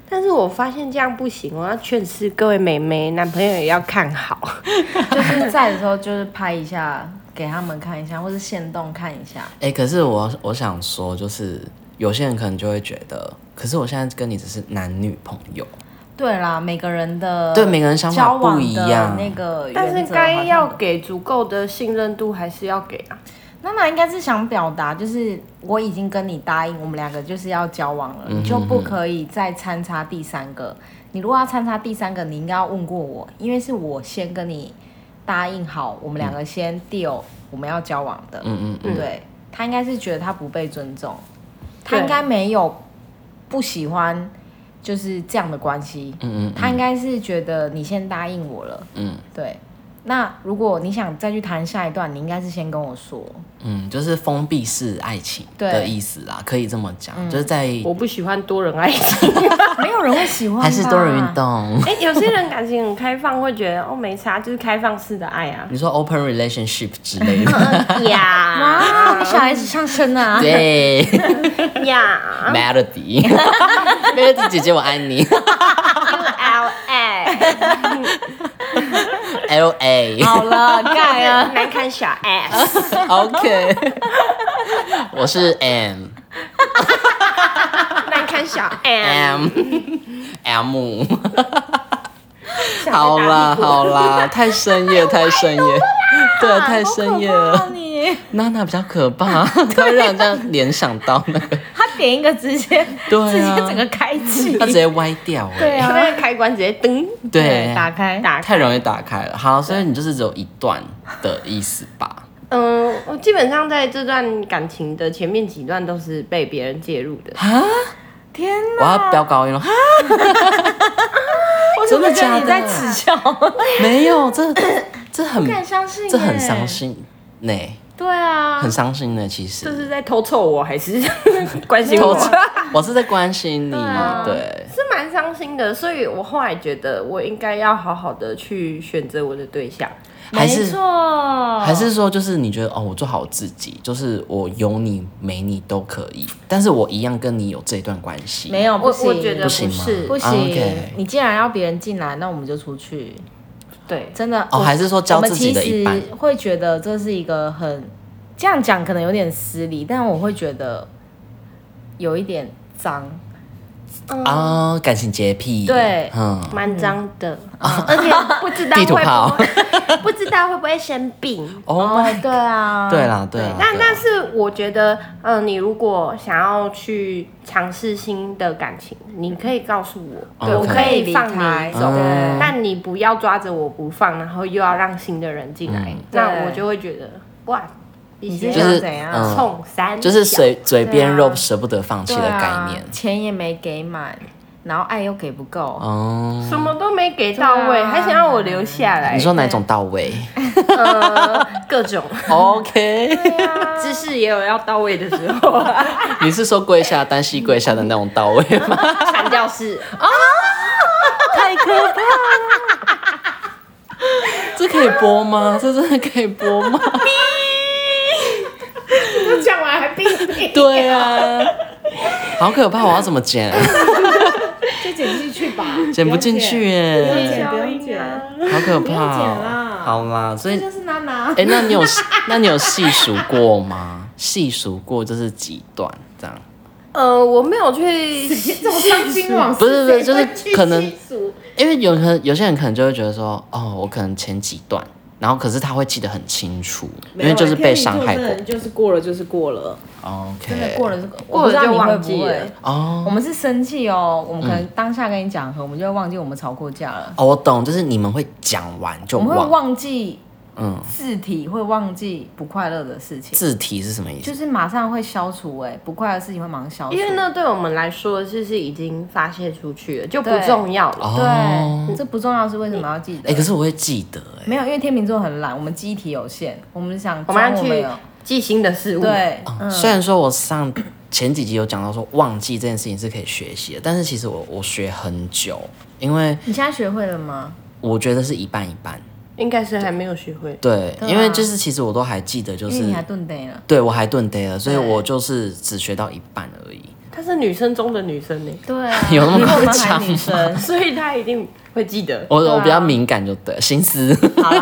但是我发现这样不行，我要劝示各位美眉，男朋友也要看好。
就是在的时候就是拍一下给他们看一下，或是现动看一下。
哎、可是我我想说，就是有些人可能就会觉得，可是我现在跟你只是男女朋友，
对啦，每个人的
对每个人想法
交往
不一样
的那个原则好
但
像，
是该要给足够的信任度，还是要给啊。
娜娜应该是想表达，就是我已经跟你答应，我们两个就是要交往
嗯
了，你就不可以再掺插第三个。你如果要掺插第三个，你应该要问过我，因为是我先跟你答应好，我们两个先 deal 我们要交往的。
嗯嗯嗯，
对他应该是觉得他不被尊重，他
对
应该没有不喜欢就是这样的关系。
嗯嗯
他应该是觉得你先答应我了。
嗯
对，那如果你想再去谈下一段，你应该是先跟我说。
嗯，就是封闭式爱情
对嗯
的意思啦，可以这么讲，就是在
我不喜欢多人爱情。
没有人会喜欢吧，
还是多人运动。
哎、有些人感情很开放，会觉得哦没差，就是开放式的爱啊。
你说 open relationship 之类 的，
呀
啊！小孩子上身 啊，
对
呀
，Melody，Melody 姐姐我爱你
，L A，
，L A。
好了，盖 啊，
难看小 S。
OK，我是 M
难看小 M，
M M，好啦好啦，太深 夜太深夜，对，啊太深夜了。
你
娜娜比较可怕， 她会让人家联想到那 个，
他点一个直接，
对啊
直接整个开启
她，直接歪掉哎、
对啊，
那个开关直接噔
对，
打开，
打开。
太容易打开了。好，所以你就是只有一段的意思吧？
嗯、我基本上在这段感情的前面几段都是被别人介入的。
天
我要飙高音了，真的
哪，我怎么觉得
假的
你在耻笑，
没有，这这很
不敢相信，
这很伤，心呢、
对啊，
很伤心呢，其实。
这是在偷臭我还是 关心
偷
我？
啊
吃，我是在关心你，对，
是蛮伤伤心的，所以我后来觉得我应该要好好的去选择我的对象。
还
没
是
错，
还是说，就是你觉得哦，我做好自己，就是我有你没你都可以，但是我一样跟你有这段关系。
没有
我
不行，
我觉得
不
不
行吗啊
是，
不行、
OK
你既然要别人进来，那我们就出去。
对，
真的
哦
我
还是说教自己的一半
我们其实会觉得这是一个很这样讲可能有点失礼，但我会觉得有一点脏。
啊、感情洁癖。
嗯对
嗯，
蛮脏 的，啊而且不知道
地图炮
会不会，不知道会不会生 病。
哦、
哦，对啊，
对啦，对啦。
那
对啦
但是我觉得，呃，你如果想要去尝试新的感情，你可以告诉我，
对
对我
我
可
可
以
以
离
放
开
你走
哦嗯，
但你不要抓着我不放，然后又要让新的人进来
嗯，
那
对
我就会觉得哇，你
是
就
想
是
怎样
嗯
冲三
就是
小
嘴嘴边
对啊
肉舍不得放弃
对
的概
啊
念。
钱也没给满，然后爱又给不够。
哦、
什么都没给到位，
对啊
还想要我留下来
你，说哪一种到 位
各种
？OK，
知识也有要到位的时候，
你是说跪下单膝跪下的那种到位吗？
传教士。
这可以播吗？这真的可以播吗？
讲完还闭嘴。
对啊，好可怕！我要怎么剪？
就剪进 去吧，
剪不进去耶，
剪不
消
用
音
剪
啊
好可怕、
不用剪
哦
啦。
好啦，所以
这就是娜娜
哎、那你有 那你有细数过吗？细数过就是几段这样？
呃，我没有 去，
这种伤心
啊
往
不是不是，就是可能
去细数
因为有可能有些人可能就会觉得说，哦，我可能前几段，然后可是他会记得很清楚，因为就是被伤害过。
就是过了就是过了，
真的过
OK，
了这个，我不知道你会不
过了就忘记
会
了。
哦
我们是生气哦，我们可能
嗯
当下跟你讲和，我们就会忘记我们吵过架了。
哦，我懂，就是你们会讲完就
我们会
忘。
忘记
嗯，
字体，会忘记不快乐的事情，
字体是什么意
就
思？
是马上会消除、哎，不快乐的事情会马上消除。
因为那对我们来说就是已经发泄出去了，就不
对
重要了。
对、
哦，
这不重要，是为什么要记得？
哎、可是我会记得、哎，
没有，因为天秤座很懒，我们记忆体有限，我们想
我们要
装
去
有
记新的事物。，
对，嗯，
虽然说我上前几集有讲到说忘记这件事情是可以学习的，但是其实我我学很久，因为
你现在学会了吗？
我觉得是一半一半。
应该是还没有学会。
对，
对啊
因为就是其实我都还记得，就
因
是
为你还钝呆了。
对我还钝呆了，所以
对
我就是只学到一半而已。
她是女生中的女生呢，
对 啊
有那么
比我们
夸张
还女
吗
生，
所以她一定会记 得。
我、我比较
啊
敏感就对，心思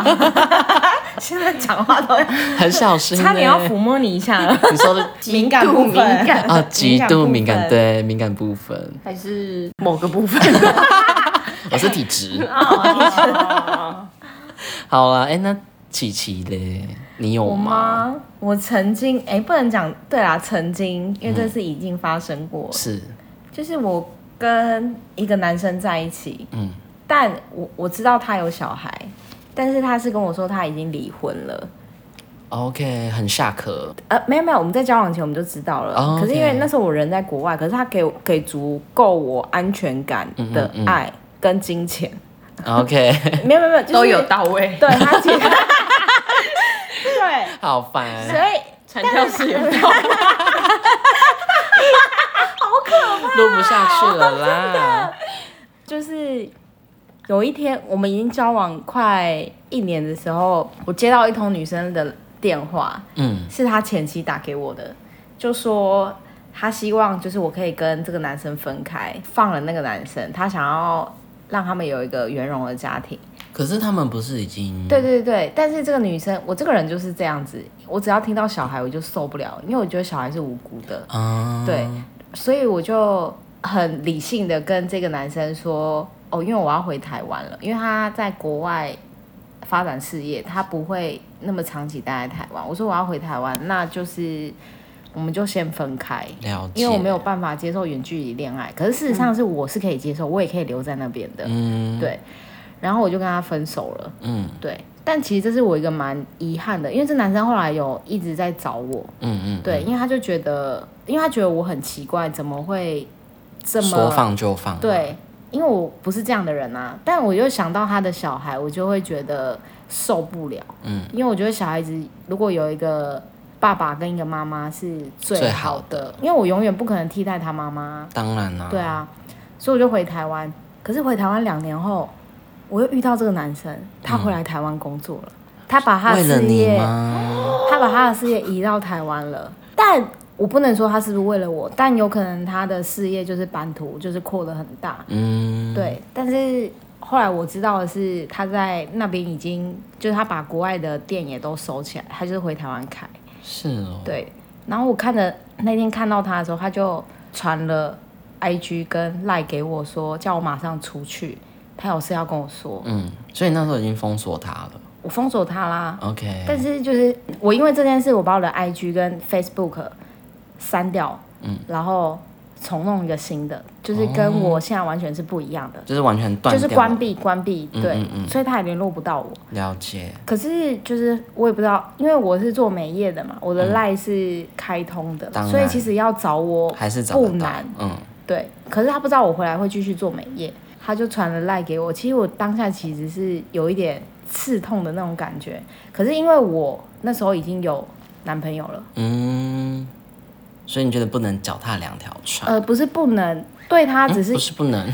现在讲话都要
很小心、欸。
差点要抚摸你一下 了。
你 说的
敏感
度
部分
敏感
啊，极度敏
敏感
感，
部分
对敏感部分，
还是某个 部分。
我是体 质。
哦
好啦，哎、那琪琪嘞，你有
我
吗？
吗？我曾经哎、不能讲对啦，曾经，因为
嗯
这是已经发生过，
是，
就是我跟一个男生在一起，
嗯，
但我我知道他有小孩，但是他是跟我说他已经离婚了。
OK，很下课
呃，没有没有，我们在交往前我们就知道了。
哦
可是因
OK
为那时候我人在国外，可是他给我给足够我安全感的
嗯
爱跟金钱，
，OK，
没有没有没有，就是、
都有到位，
对他其实对，
好 烦。
所以
传教士有到位。
啊
录不下去了 啦。
就是有一天，我们已经交往快一年的时候，我接到一通女生的电话，
嗯，
是她前妻打给我的，就说她希望就是我可以跟这个男生分开，放了那个男生，她想要让他们有一个圆融的家庭。
可是他们不是已经
对对对，但是这个女生，我这个人就是这样子，我只要听到小孩我就受不了，因为我觉得小孩是无辜的。
啊？
对，所以我就很理性的跟这个男生说，哦，因为我要回台湾了，因为他在国外发展事业，他不会那么长期待在台湾。我说我要回台湾，那就是我们就先分开，
了解。
因为我没有办法接受远距离恋爱。可是事实上是我是可以接受，我也可以留在那边的。
嗯
对，然后我就跟他分手了。
嗯
对，但其实这是我一个蛮遗憾的，因为这男生后来有一直在找我，
嗯嗯，
对，因为他就觉得，因为他觉得我很奇怪，怎么会这么
说放就放。，
对，因为我不是这样的人啊。但我又想到他的小孩，我就会觉得受不了。
嗯，
因为我觉得小孩子如果有一个爸爸跟一个妈妈是最
最
好
好
的，因为我永远不可能替代他妈妈。
当然啦、
对，啊，所以我就回台湾。可是回台湾两年后，我又遇到这个男生，他回来台湾工作了，他把他
嗯
的
为了
事
你
业，
吗？
他把他的事业移到台湾了，但我不能说他是不是为了我，但有可能他的事业就是版图就是扩得很大，
嗯，，
对。但是后来我知道的是，他在那边已经就是他把国外的店也都收起来，他就是回台湾开，
是哦，
对。然后我看的那天看到他的时候，他就传了 IG 跟赖给我说，叫我马上出去，他有事要跟我说，
嗯，所以那时候已经封锁他了
我封锁他啦。
，OK，
但是就是我因为这件事，我把我的 IG 跟 Facebook 删掉，嗯，然后重弄一个新的，就是跟我现在完全是不一样的，
就是完全哦断
就
掉，
是关，闭关闭，
嗯
对，
嗯嗯
所以他也联络不到我。
了解，
可是就是我也不知道，因为我是做美业的嘛，我的 line 是开通的，
嗯当然
所以其实要找我
还是找
不
得到
难，，
嗯，
对。可是他不知道我回来会继续做美业，他就传了赖给我。其实我当下其实是有一点刺痛的那种感觉，可是因为我那时候已经有男朋友了，
嗯，所以你觉得不能脚踏两条船？啊
呃，不是不能对他，只是、
不是不能，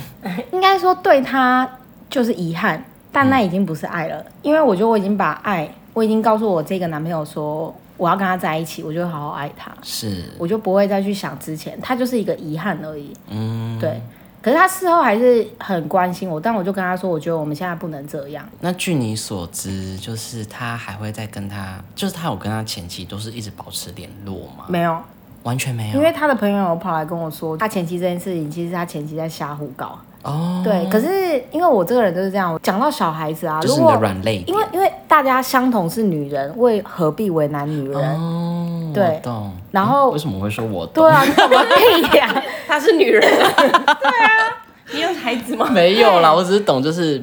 应该说对他就是遗憾，但那已经不是爱了，因为我觉得我已经把爱，我已经告诉我这个男朋友说我要跟他在一起，我就会好好爱他。
是
我就不会再去想之前，他就是一个遗憾而已。嗯，对。可是他事后还是很关心我，但我就跟他说，我觉得我们现在不能这样。
那据你所知，就是他还会再跟他，就是他有跟他前妻都是一直保持联络吗？
没有，
完全没有，
因为他的朋友有跑来跟我说，他前妻这件事情，其实他前妻在瞎胡搞。
哦，
对，可是因为我这个人就是这样，我讲到小孩子啊，
就是
如
你
果
的软肋
因为因为大家相同是女人，为何必为难女人？
哦，我
对
懂。
然后
为什么我会说我懂？
对啊，你怎么屁呀、
她是女人，对啊， 你有孩子
啊
吗？
没有啦，我只是懂，就是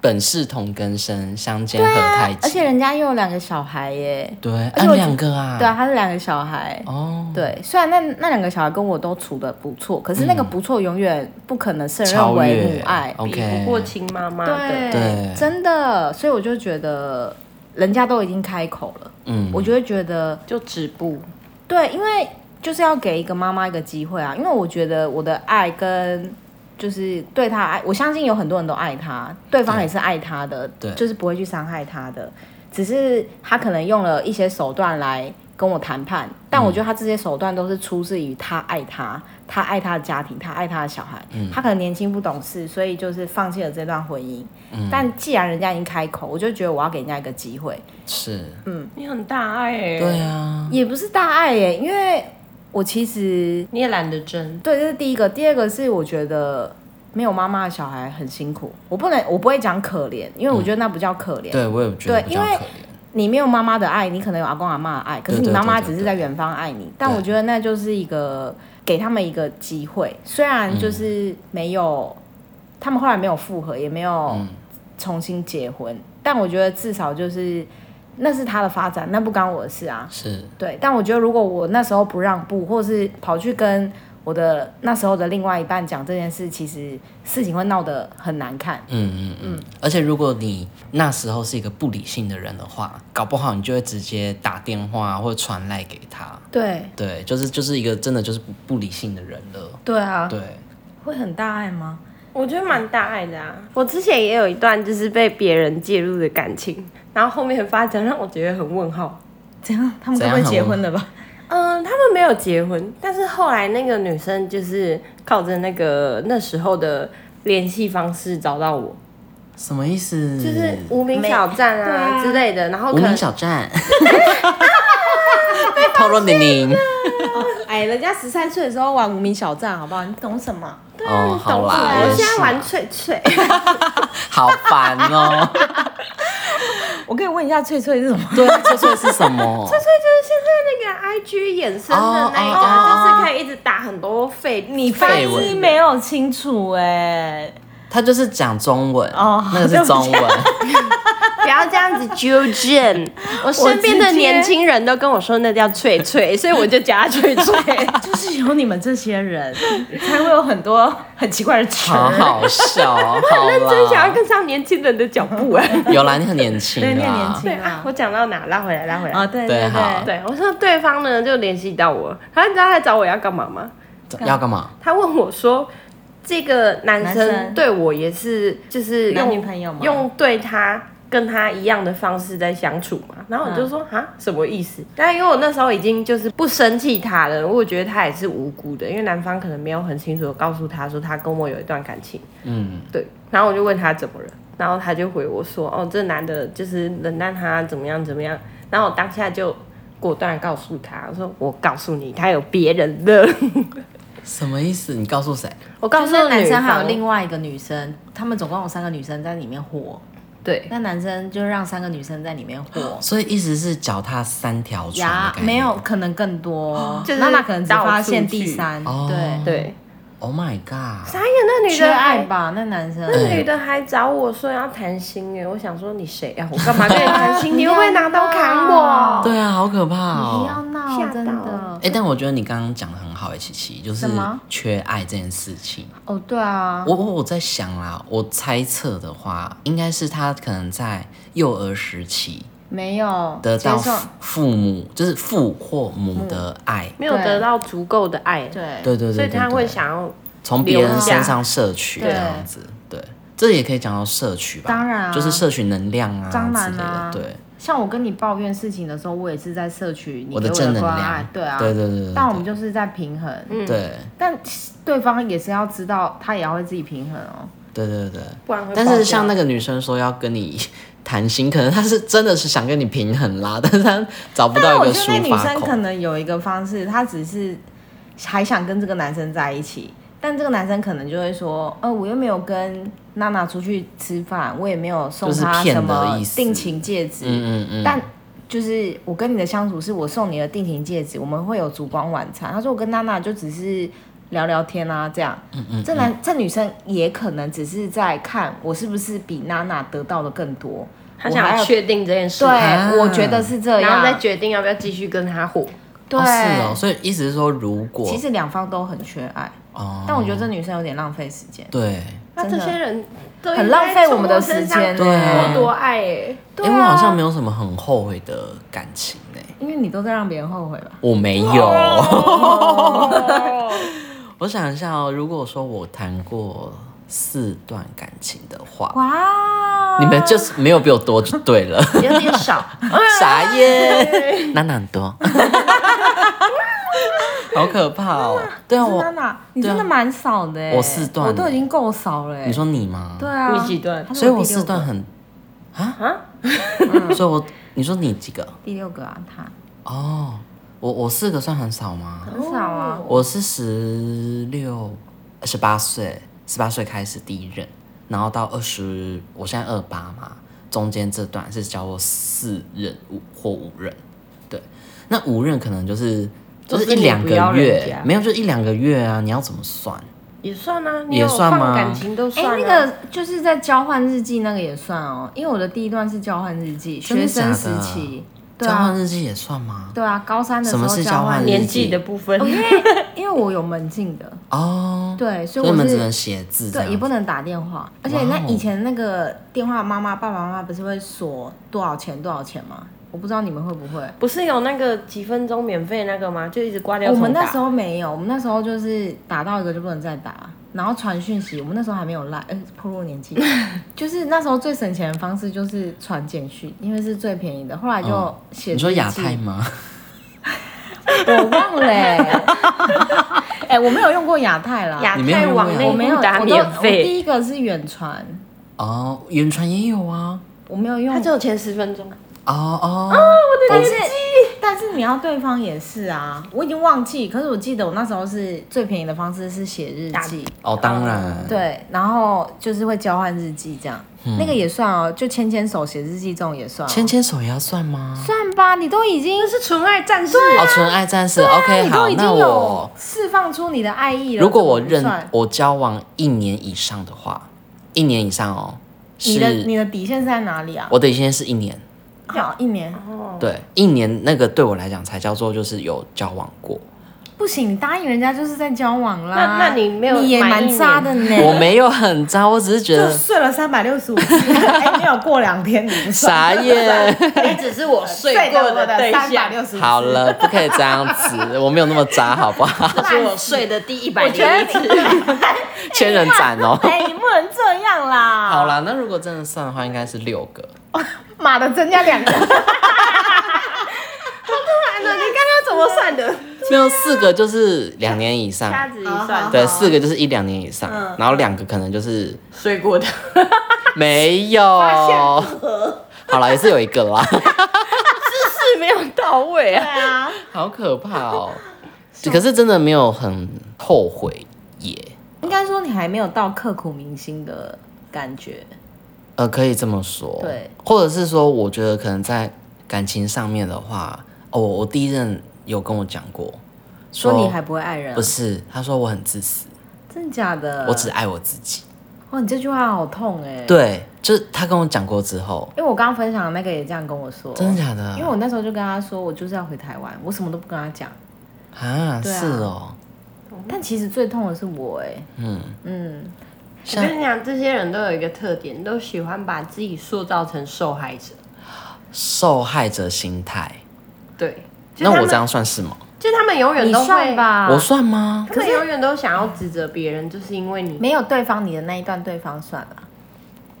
本是同根生，相煎何太急。
啊而且人家又有两个小孩耶，
对，啊，
且我
两个啊，
对啊，他是两个小孩。
哦，
对，虽然那那两个小孩跟我都处的不错，可是那个不错永远不可能胜任
超
为
越
母爱。
，OK，
比不过亲妈妈的，
对
对
真的，所以我就觉得人家都已经开口了，
嗯，
我就会觉得
就止步。
对，因为就是要给一个妈妈一个机会啊，因为我觉得我的爱跟就是对他爱，我相信有很多人都爱他，对方
对
也是爱他的，
对
就是不会去伤害他的，只是他可能用了一些手段来跟我谈判，但我
嗯
觉得他这些手段都是出自于他爱他，他爱他的家庭，他爱他的小孩，
嗯
他可能年轻不懂事，所以就是放弃了这段婚姻。
嗯
但既然人家已经开口，我就觉得我要给人家一个机会，
是，
你很大爱哎、
对啊，
也不是大爱耶，因为我其实
你也懒得争，
对，这是第一个。第二个是我觉得没有妈妈的小孩很辛苦，我不能，我不会讲可怜，因为我觉得那不叫可怜。
嗯对我也觉得
对
比较
因为
可怜，
你没有妈妈的爱，你可能有阿公阿妈的爱，可是
对
你
对
妈妈
对对
只是
对
在远方爱你。但我觉得那就是一个给他们一个机会，虽然
嗯
就是没有，他们后来没有复合，也没有
嗯
重新结婚，但我觉得至少就是那是他的发展，那不干我的事啊。
是，
对，但我觉得如果我那时候不让步，或是跑去跟我的那时候的另外一半讲这件事，其实事情会闹得很难看。
嗯嗯嗯。而且如果你那时候是一个不理性的人的话，搞不好你就会直接打电话或者传赖给他。
对，
对，就是就是一个真的就是不不理性的人了。
对啊，
对，
会很大爱吗？
我觉得蛮大爱的啊。我之前也有一段就是被别人介入的感情，然后后面的发展让我觉得很问号。
怎样？他们
怎
该
样
不会结婚了吧？
嗯，他们没有结婚，但是后来那个女生就是靠着那个那时候的联系方式找到我，
什么意思？
就是无名小站啊之类的，然后
嗯无
可能
名小 站，透露年龄
哎，人家十三岁的时候玩无名小站，好不好？你懂什么？
哦，好啦，
我
也
现
是
在玩翠 翠，
好烦 哦。
我可以问一下翠翠是什么？
对，这这是什么？
就是现在那个 IG 衍生的那
哦哦
一个，就是可以一直打很多废你
发绯闻
没有清楚哎、
他就是讲中文
哦
那个是中文，
不要这样子纠 正。我身边的年轻人都跟我说那叫翠翠，所以我就叫她翠翠。
就是有你们这些人，才会有很多很奇怪的词
好好笑哦， 好
真想
啦。
要跟上年轻人的脚步哎、
有啦，你很年轻
对，你很年
啦，
轻
对啊哦
啊，。
我讲到哪？拉回来，拉回来。
啊，对
对
对
好
对，
对，我说对方呢就联系到我，然后你知道他来找我要干嘛吗？
要干嘛？
他问我说：“这个男
男
生
生
对我也是，就是
男女
用
朋友吗？
用对他跟他一样的方式在相处嘛。然后我就说
嗯
啊、什么意思？但因为我那时候已经就是不生气他了，我觉得他也是无辜的，因为男方可能没有很清楚的告诉他说他跟我有一段感情。
嗯，
对，然后我就问他怎么了，然后他就回我说，哦，这男的就是冷淡他怎么样怎么样，然后我当下就果断地告诉他，我说我告诉你，他有别人了，
什么意思？你告诉谁？，
我告
就
诉
是男
女
生还
方
有另外一个女生，他们总共有三个女生在里面火，
对。
那男生就让三个女生在里面火
所以意思是脚踏三条船哦的哦
呀
概，念
没有可能更多，
就是
娜娜可能只
到
发
处
现
去
第三，
哦
对，
对，
？Oh my god！
傻眼，那女
缺
的
爱
还
吧，那男生。
那女的还找我说要谈心哎，我想说你谁呀、我干嘛跟
啊
你谈 心？你又不会拿刀砍我？
对啊，好可怕
不要
哦！
闹
吓，到
真的。
哎、但我觉得你刚刚讲的很好，哎，琪琪，就是
什么
缺爱这件事情。
哦，对啊，
我我我在想啦，我猜测的话，应该是他可能在幼儿时期
没有
得到
接受
父父母，就是父或母的爱，
没有得到足够的爱，
对
对对对对
所以他会
对
想要
从别人
留下
身上摄取这
对
样子，对，这也可以讲到摄取吧，
当然啊
就是摄取能量啊
当
之
然
类的
啊，
对，
像我跟你抱怨事情的时候，我也是在摄取你
我
给
的
我
正能
关爱
量，，
对啊，
对嗯对对对，
但我们就是在平衡，
对对
但对方也是要知道，他也要会自己平衡哦。
对对对，
不然会
但
爆
啊
是
掉
像那个女生说要跟你谈心，可能她是真的是想跟你平衡啦， 但是她找不到
但
一
我
个
觉得那
抒
女
发
生
口
可，能有一个方式，她只是还想跟这个男生在一起，但这个男生可能就会说，呃，我又没有跟娜娜出去吃饭，我也没有送
就是
她
骗
什
的
么
意思
定情戒指，
嗯嗯嗯，
但就是我跟你的相处是我送你的定情戒指，我们会有烛光晚餐。他说我跟娜娜就只是聊聊天啊，这样。嗯嗯这男这女生也可能只是在看我是不是比娜娜得到的更多。
他
我还
想
有
要确定这件事，
对，
啊
我觉得是这
然后
样。
再决定要不要继续跟他火。
对、
哦是哦，所以意思是说，如果
其实两方都很缺爱，
哦，
但我觉啊得这女生有点浪费时间。
对，
那这些人都应该
很浪费我们的时间
从我身上
对啊
多多爱哎、
因为我好像没有什么很后悔的感情呢、
因为你都在让别人后悔吧？
我没有。
哦，
我想一下哦，如果说我谈过四段感情的话，
哇，
你们就是没有比我多就对了，
有点 少，
哎
傻耶，娜娜很多， 好可怕哦。对啊，
是
我
娜娜，你
对啊
真的蛮少的欸、
我四段
我都已经够少了欸、
你说你吗？
对，啊，
你几段
她是
所以我
第六
四段
个
很啊所以我你说你几个？
第六个啊，他
哦，我我四个算很少吗？
很少啊，
哦
我是十六、呃十八岁，十八岁开始第一任，然后到二十，我现在二八嘛，中间这段是教我四任五或五任，对，那五任可能就是就
就是
是一
你
两
不
个
要人
月
家，
没有就一两个月啊，你要怎么算？
也算啊，你
也
有
算
放
吗
感情都
哎、
算、啊。
那个就是在交换日记那个也算哦，因为我的第一段是交换日记，
真的
学生
假
时
的
期，对
交换
啊，
日记也算吗？
对啊，高三的时
什么
候
是
交
交换
换
日
日
年纪的部分，
因为因为我有门禁的，
哦，
对，
所
所以
以你
我
们只
是
能写字这样
对
子，
也不能打电话，而且
哇
那
哦
以前那个电话，妈妈爸爸妈妈不是会锁多少钱多少钱吗？我不知道你们会不会。
不是有那个几分钟免费那个吗？就一直挂掉
我
重打。
们那时候没有，我们那时候就是打到一个就不能再打，然后传讯息。我们那时候还没有赖，呃，破落 年纪，就是那时候最省钱的方式就是传简讯，因为是最便宜的。后来就
嗯
写、
你说亚太？吗？
我忘了、欸，哎、我没有用过亚太啦，
亚
你没有
太
用
网
过呀
内
我没有，
互打
我都
免
我
费，
第一个是远传，
哦，远传也有啊。
我没有用
他，只有前十分钟。啊
哦哦，
但是但是你要对方也是啊，我已经忘记，可是我记得我那时候是最便宜的方式是写日
打
记。
哦，当然，
对，然后就是会交换日记这样，
嗯
那个也算哦，就牵牵手写日记这种也算、哦。
牵牵手也要算吗？
算吧，你都已经
这是纯爱战士，
哦，纯爱战士、o
那
k
你
好
都，已
那
经有
我
释放出你的爱意了。
如果我
这
认
种不算
我交往一年以上的话，一年以上哦，
你的你
是
的底线是在哪里啊？
我的底线是一年，
好，一年哦
对，一年那个对我来讲才叫做就是有交往过。
不行，你答应人家就是在交往啦。
那那你没有
你也
满一
蛮
年
渣的呢。
我没有很渣，我只是觉
就
得
睡了三百六十五次，哎、没有过两天你不
傻
算
眼。
你只是我 睡
睡
过
到
的
我的
对
三百
象，
六十五。
好了，不可以这样子，我没有那么渣，好不好？
这是我睡的第一百零一次。
千人斩哦。
哎、你不能这样啦！
好，啦，那如果真的算的话，应该是六个。
妈的，增加两 个，
你
啊
刚刚怎么算的？
没有四个就是两年以上，
掐指一算，
对，四个就是一两年以上，
嗯
然后两个可能就是
睡过的。
没有。好了，也是有一个啦，
是没有到位 啊。
好可怕哦。 可是真的没有很后悔耶，
应该说你还没有到刻骨铭心的感觉。
呃，可以这么说。
对，
或者是说，我觉得可能在感情上面的话，哦，我我第一任有跟我讲过，
说你还不会爱人啊，
哦不是，他说我很自私，
真的假的？
我只爱我自己。
哦，你这句话好痛哎、，
对，就是他跟我讲过之后，
因为我刚刚分享的那个也这样跟我说，
真的假的？
因为我那时候就跟他说，我就是要回台湾，我什么都不跟他讲。
啊，
对啊
是哦，
但其实最痛的是我哎、
嗯，
嗯，
我跟你讲，这些人都有一个特点，都喜欢把自己塑造成受害者。
受害者心态。
对，就
那
是他
我
们
这，样算是吗？
就他们永远
你
都
算
会，
吧，
我算吗？
他们永远都想要指责别人，就是因为你
没有对方你的那一段，对方算了，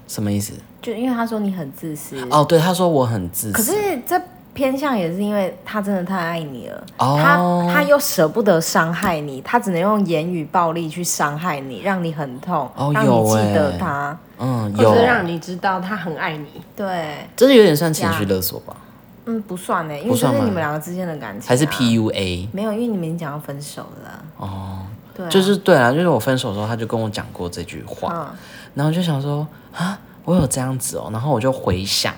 什么意思？
就因为他说你很自私。
哦，对，他说我很自私。
可是这偏向也是因为他真的太爱你了，
哦
他他又舍不得伤害你，他只能用言语暴力去伤害你，让你很痛，
哦
让你
有
记得
欸
他。
嗯，有
或，是让你知道他很爱你。
欸
对，
这是有点算情绪勒索吧？
嗯，不算呢，因
不
为这
算
是
吗
你们两个之间的感情、啊
还是？PUA？
没有，因为你们已经讲要分手了。哦，对啊、
就是对啊，就是我分手的时候，他就跟我讲过这句话，
嗯，
然后就想说啊，我有这样子哦，然后我就回想，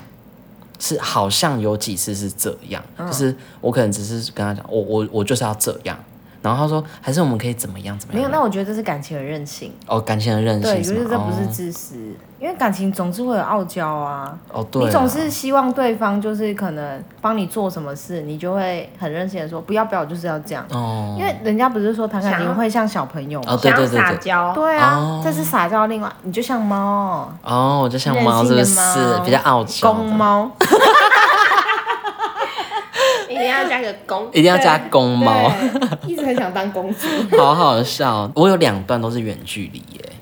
是好像有几次是这样，
嗯
就是我可能只是跟他讲，我我我就是要这样，然后他说还是我们可以怎么样怎么
没
样，
有，那我觉得这是感情的任性。
哦感情的任性
对，
什么，
就是这不是
哦
自私，因为感情总是会有傲娇啊。
哦对啊，
你总是希望对方就是可能帮你做什么事，你就会很任性的说不要不要，我就是要这样。
哦
因为人家不是说谈感
想
情
要
会像小朋友吗？
哦对对
想要撒
对对
娇，
对啊，
哦
这是撒娇。另外，你就像猫哦，
哦，我就像
任
猫是
性
不
的
是
猫
比较傲娇的？
公猫，
一定要加个公，
一定要加公猫，
一直很想当公主。
好好笑。我有两段都是远距离耶，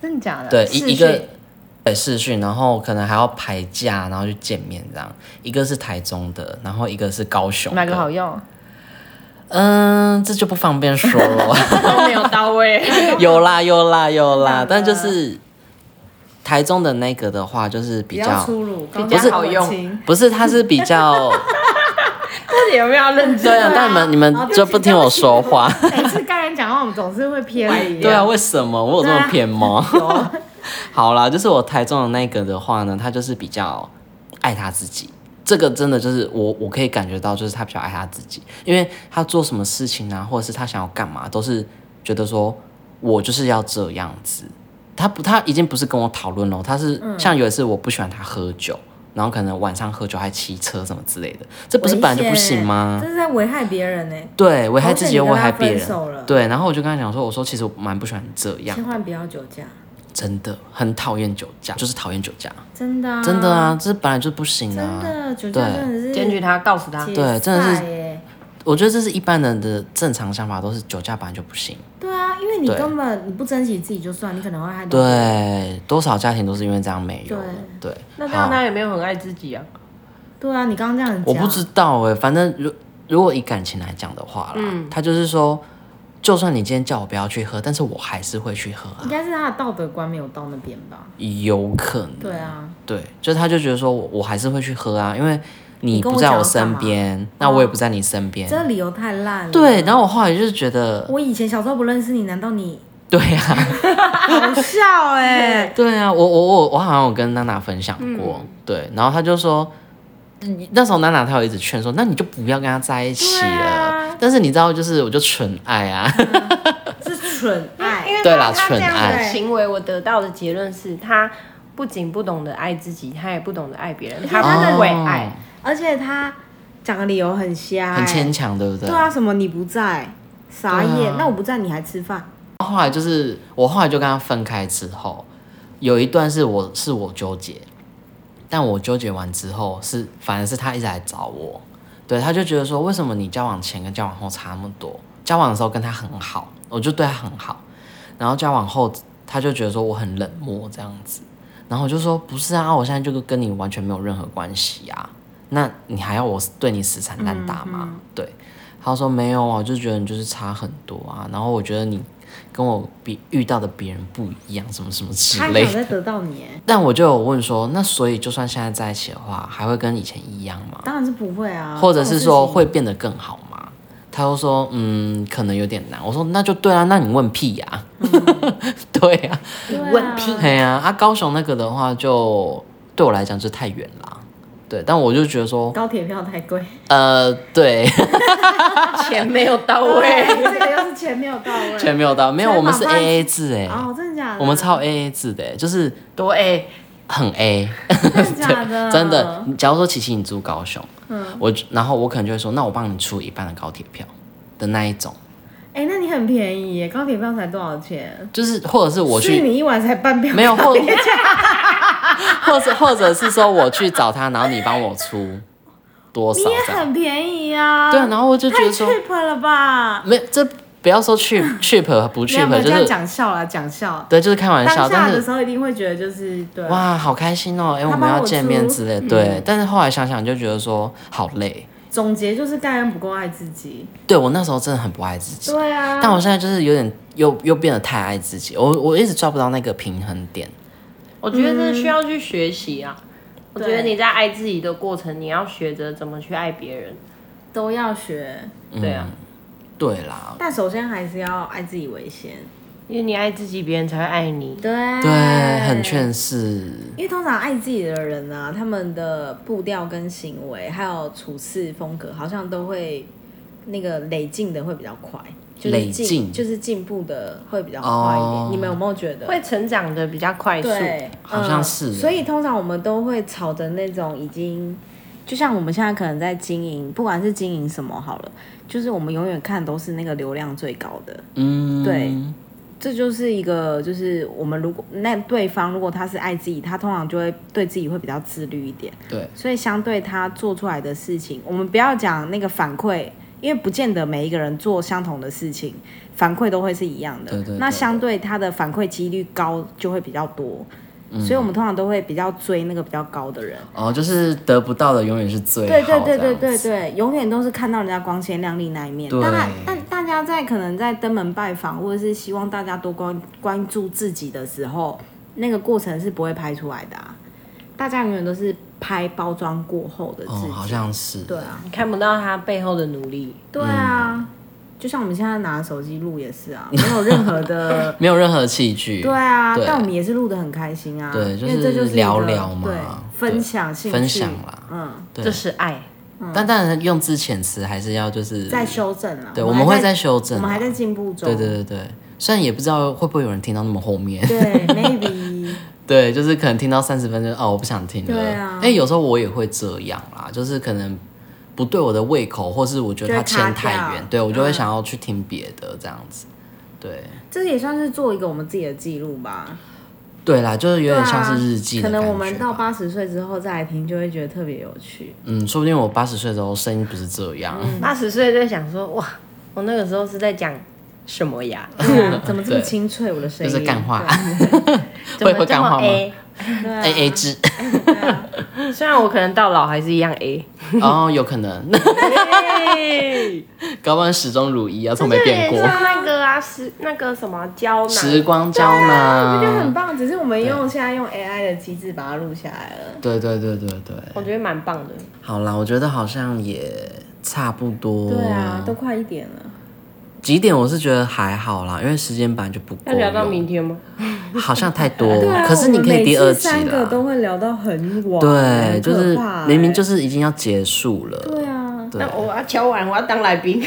真的假的？
对，
视
一一个
讯
对视讯，然后可能还要排假，然后去见面这样。一个是台中的，然后一个是高雄。
哪个好？用？
嗯，这就不方便说了。
都没有到 位。
有啦有啦有啦，但就是台中的那个的话，就是比较
粗鲁，比
不是
好用。
不是，它是比较
到底有没有要认真？
对啊，但你们你们就不听我说话。
每次跟人讲话，我们总是会偏离。
对啊，为什么我有这么偏吗？
啊
好啦，就是我台中的那个的话呢，他就是比较爱他自己。这个真的就是我，我可以感觉到，就是他比较爱他自己，因为他做什么事情啊，或者是他想要干嘛，都是觉得说我就是要这样子。他不，他已经不是跟我讨论了，他是、
嗯
像有一次我不喜欢他喝酒，然后可能晚上喝酒还骑车什么之类的，这不是本来就不行吗？
这是在危害别人呢、
对，危害自己又危害
好险
别
你跟他
人
分手了。
对，然后我就跟他讲说，我说其实我蛮不喜欢这样
千，万不要酒驾，
真的很讨厌酒驾，就是讨厌酒驾，
真的、啊，
真的，啊，这本来就不行
真
啊。
的，酒驾真的是
检举他，告诉他，
对真的是
是。
我觉得这是一般人的正常想法，都是酒驾本来就不行。
对啊，因为你
对
根本你不珍惜自己就算，你可能会害到别人。
对，多少家庭都是因为这样没有。对，
那这
好
样他也没有很爱自己啊。
对啊，你刚刚这样讲，
我不知道哎、反正如如果以感情来讲的话啦，
嗯
他就是说，就算你今天叫我不要去喝，但是我还是会去喝啊
应，该是他的道德观没有到那边吧？
有可能。
对啊，
对，就是他就觉得说我我还是会去喝啊，因为你
你跟
不
我
在
讲
我
要干
身
嘛嗯
边，那我也不在你身边。
这理由太烂了。
对，然后我后来就是觉得，
我以前小时候不认识你，难道你
对 啊，
好笑哎、
对啊，我我我我好像有跟娜娜分享过，对，然后他就说。你那时候娜娜她有一直劝说，那你就不要跟他在一起了。但是你知道，就是我就纯爱啊，
是蠢爱，
因为
对啦
他他
纯
这样的
爱
行为，我得到的结论是他不仅不懂得爱自己，他也不懂得爱别人，他
他的
不会爱。
而且他讲的理由很瞎、欸，
哦很牵强，对不对？啊
对啊，什么你不在，傻
对
眼
啊，
那我不在你还吃饭？
后来就是我后来就跟他分开之后，有一段是我是我纠结，但我纠结完之后是反而是他一直来找我，对，他就觉得说为什么你交往前跟交往后差那么多？交往的时候跟他很好，我就对他很好，然后交往后他就觉得说我很冷漠这样子，然后我就说不是啊，我现在就跟你完全没有任何关系啊，那你还要我对你死缠烂打吗？对。他说没有啊，我就觉得你就是差很多啊，然后我觉得你跟我比遇到的别人不一样，什么什么之
他
类
有
的。
在得到你哎，
但我就有问说，那所以就算现在在一起的话，还会跟以前一样吗？
当然是不会啊，
或者是说
这种事
会变得更好吗？他又说，嗯，可能有点难。我说那就对啊，那你问屁呀、 对啊，
情嗯对啊
问屁
嘿呀、啊，高雄那个的话就对我来讲就太远啦。对，但我就觉得说，
高铁票太贵，
呃，对，
钱没有 到位。
这个又是钱没有到位，
全没有到，没有，
所以
我们是
麻烦
A A 制哎、
哦，真的假的？
我们超 A A 制的、欸就是
多哎，
很 A。
真的假的？嗯
真的，，你假如说琪琪你住高雄，我然后我可能就会说，那我帮你出一半的高铁票的那一种，
哎，那你很便宜耶，高铁票才多少钱？
就是或者是我
所以
去
你一晚才半票，
没有 或或者或者是说我去找他，然后你帮我出多少
你也
这样，
很便宜啊。
对，然后我就觉
太
得说，
cheap 了吧？
没这不要说 去去 p 和不
没
去
有没
p 啊
有
就
这样
是
讲笑啦，讲笑。
对，就是开玩笑，
当下
但
的
是
时候一定会觉得就是对，啊
哇，好开心哦，哎，
他
我们
帮
要
我
见面
出嗯
之类的，对，但是后来想想就觉得说好累，
总结就是盖恩不够爱自己。
对我那时候真的很不爱自己。
对啊，
但我现在就是有点又又变得太爱自己，我我一直抓不到那个平衡点。
我觉得这需要去学习啊。我觉
对
得你在爱自己的过程，你要学着怎么去爱别人。
都要学，
对啊，
嗯对啦，
但首先还是要爱自己为先。
因为你爱自己，别人才会爱你。
对，
对，很劝世。
因为通常爱自己的人啊，他们的步调跟行为，还有处事风格，好像都会那个累进的会比较快，就是
累进
进就是进步的会比较快一点。
哦
你们有没有觉得？
会成长的比较快速。
对，
好像
嗯
是
所以通常我们都会朝着那种已经，就像我们现在可能在经营，不管是经营什么好了，就是我们永远看都是那个流量最高的。
嗯，
对这就是一个，就是我们如果那对方如果他是爱自己，他通常就会对自己会比较自律一点，
对，
所以相对他做出来的事情，我们不要讲那个反馈，因为不见得每一个人做相同的事情，反馈都会是一样的。
对对对
那相对他的反馈几率高就会比较多，
嗯
所以我们通常都会比较追那个比较高的人。
哦，就是得不到的永远是最
对
好
对对
这
对
样
对
子
对，永远都是看到人家光鲜亮丽那一面。
对
当然，但大家在可能在登门拜访，或者是希望大家多关关注自己的时候，那个过程是不会拍出来的、啊。大家永远都是拍包装过后的自己。
哦，好像是。
对啊，
你看不到他背后的努力。
对啊，就像我们现在拿手机录也是啊， 没有任何 的。
没有任何器具。
对啊，
对
但我们也是录的很开心啊，
对就
因为这
是
就是一个
聊聊嘛
对
对，
分享兴趣，
分享啦
嗯，
对
这是爱，
但当然用之前词还是要就是
在修正啊，
对，我们会
还
在修正
我
啊，
们还在进步中，
对对对对，虽然也不知道会不会有人听到那么后面。
对，maybe
对，就是可能听到三十分钟，哦，我不想听了。
对啊
哎，有时候我也会这样啦，就是可能不对我的胃口，或是我觉得它
就会卡
牵太
掉嗯
远，对我就会想要去听别的这样子。对，
这也算是做一个我们自己的记录吧，啊
对啦，就是有点像是日记
可
的感觉吧、
能我们到八十岁之后再来听，就会觉得特别有 趣。
嗯，说不定我八十岁的时候声音不是这样。
嗯
八十岁在想说，哇，我那个时候是在讲什么呀？
对啊怎么这么清脆？我的声音
就
啊
是干话哎
怎
会
么
会
这
干
么
话吗
哎
A？
嗯
A A 制，
虽然我可能到老还是一样 A，
然后哦有可能， 高不好始终如一啊，从没变过。
像那个啊，是那个什么胶
时
囊，
光胶
啊我觉得很
囊，
棒，只是我们用现在用 AI 的机制把它录下来了。
对对对对对。
我觉得蛮棒的。
好啦，我觉得好像也差不多。
对啊，都快一点了，
几点我是觉得还好啦，因为时间本来就不够
要聊到
用
明天吗？
好像太 多，
啊
可是你可以第二集
我们每次三个都
啦。
会聊到很晚，
对，就是明明就是是已经要结束了。
对啊，
对
那，我要敲完，我要当来宾。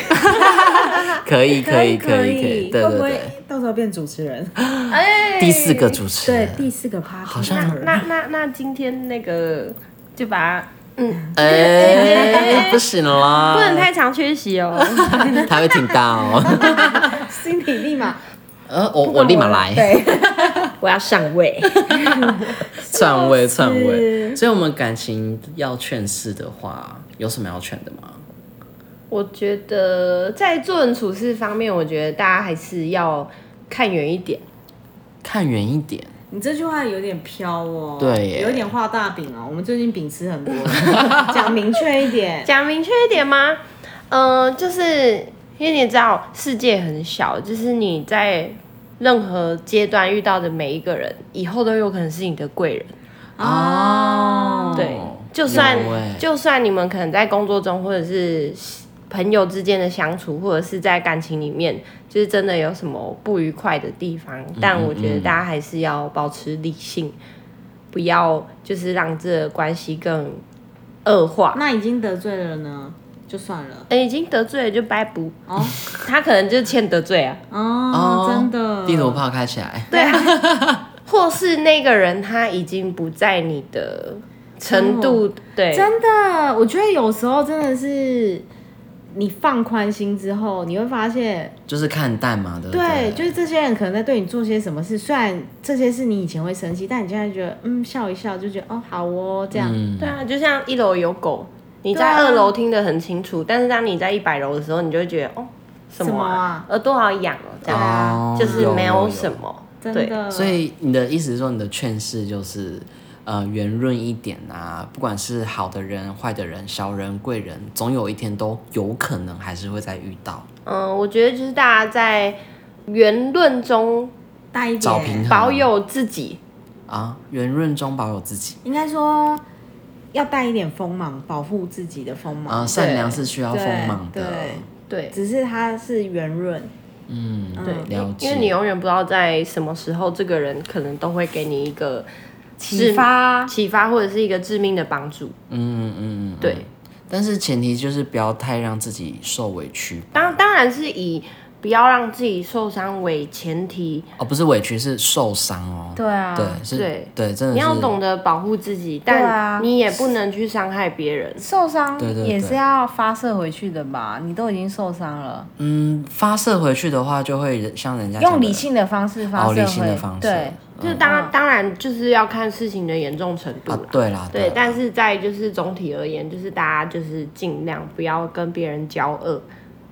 可以可以
啊可
可以可以，对
会不
对
会
对，啊
到时候变主持人？
哎
第四个主持
对，
人，
第四个 part
好像
那那那今天那个就把它
哎、 不行啦，
不能太常缺席 哦。
他会听到。
心里立马
呃，我我立马来，
对，
我要上位，
篡位篡位。所以，我们感情要劝世的话，有什么要劝的吗？
我觉得在做人处事方面，我觉得大家还是要看远一点。
看远一点，
你这句话有点飘哦，
对耶
有点画大饼哦。我们最近饼 吃很多了，讲明确一点，
讲明确一点吗？嗯、就是因为你也知道世界很小，就是你在任何阶段遇到的每一个人，以后都有可能是你的贵人。
啊
哦，
对，就算
有欸
就算你们可能在工作中，或者是朋友之间的相处，或者是在感情里面，就是真的有什么不愉快的地方，
嗯
但我觉得大家还是要保持理性，不要就是让这个关系更恶化。
那已经得罪了呢，就算了。
哎、已经得罪了就拜不，
哦
他可能就欠得罪啊，
哦，真
嗯
的，
地图炮开起来，
对啊，或是那个人他已经不在你的程度，对，
真的，我觉得有时候真的是你放宽心之后，你会发现，
就是看淡嘛，对不对，
对，就是这些人可能在对你做些什么事，虽然这些事你以前会生气，但你现在觉得，嗯，笑一笑就觉得，哦，好哦，这样，
嗯
对，啊，就像一楼有狗，你在
对啊
二楼听得很清楚，但是当你在一百楼的时候，你就会觉得哦，什么
什么
啊
啊，
耳朵好痒哦，这样
哦
就是没有什。
有
么。
真
对，
的，
所以你的意思是说，你的劝世就是，呃，圆润一点啊，不管是好的人、坏的人、小人、贵人，总有一天都有可能还是会再遇到，
嗯，我觉得就是大家在言论中
大一
找平
点，
衡
保有自己，
啊，圆润中保有自己
应该说要带一点锋芒，保护自己的锋
啊，
芒，
善良是需要锋芒
对
的，
对
只是它是圆润，
嗯，
对
了，解，
因为你永远不知道在什么时候，这个人可能都会给你一个
启发
启发或者是一个致命的帮助。
嗯嗯嗯，嗯
对，
但是前提就是不要太让自己受委屈
当当然是以不要让自己受伤为前提，
哦，不是委屈是受伤哦，
对啊，
对是，
对
对，真的
你要
是
懂得保护自己，
啊
但你也不能去伤害别人。
受伤
对对对
也是要发射回去的吧？你都已经受伤了，
嗯发射回去的话，就会像人家讲
用
的
理性的方式发
哦
射回，
理性的方式，
对，
就是当当然就是要看事情的严重程
嗯
度
啊
啦，
对啦，
对，
啦
但是在就是总体而言，就是大家就是尽量不要跟别人交恶。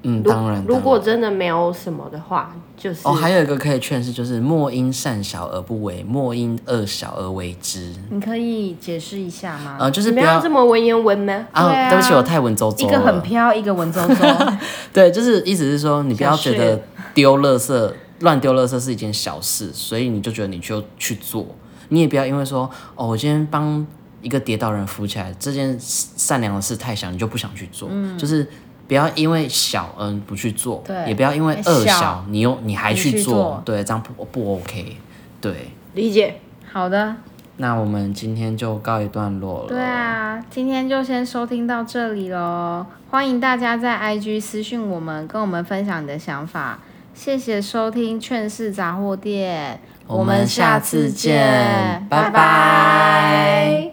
嗯
如
当然，
如
当
果
然
真的没有什么的话，就是
哦，还有一个可以劝是，就是莫因善小而不为，莫因恶小而为之，
你可以解释一下吗？
呃，就是
你
不
们
要
要这么文言文吗？
对
啊，
啊
对不起，我太文绉绉
一
了，
个很飘，一个文绉绉，
对，就是意思是说，你不要觉
小
得丢垃圾、乱丢垃圾是一件小事，所以你就觉得你就去做。你也不要因为说，哦，我今天帮一个跌倒人扶起来，这件善良的事太小，你就不想去做。就是不要因为小恩不去做，
对
也不要因为恶
小
小你又你还
你
去
去
做，
做
对，这样不不 OK。对，
理解。
好的。
那我们今天就告一段落了。
对啊，今天就先收听到这里喽。欢迎大家在 IG 私讯我们，跟我们分享你的想法。谢谢收听劝世杂货店，
我们下次见拜拜
拜拜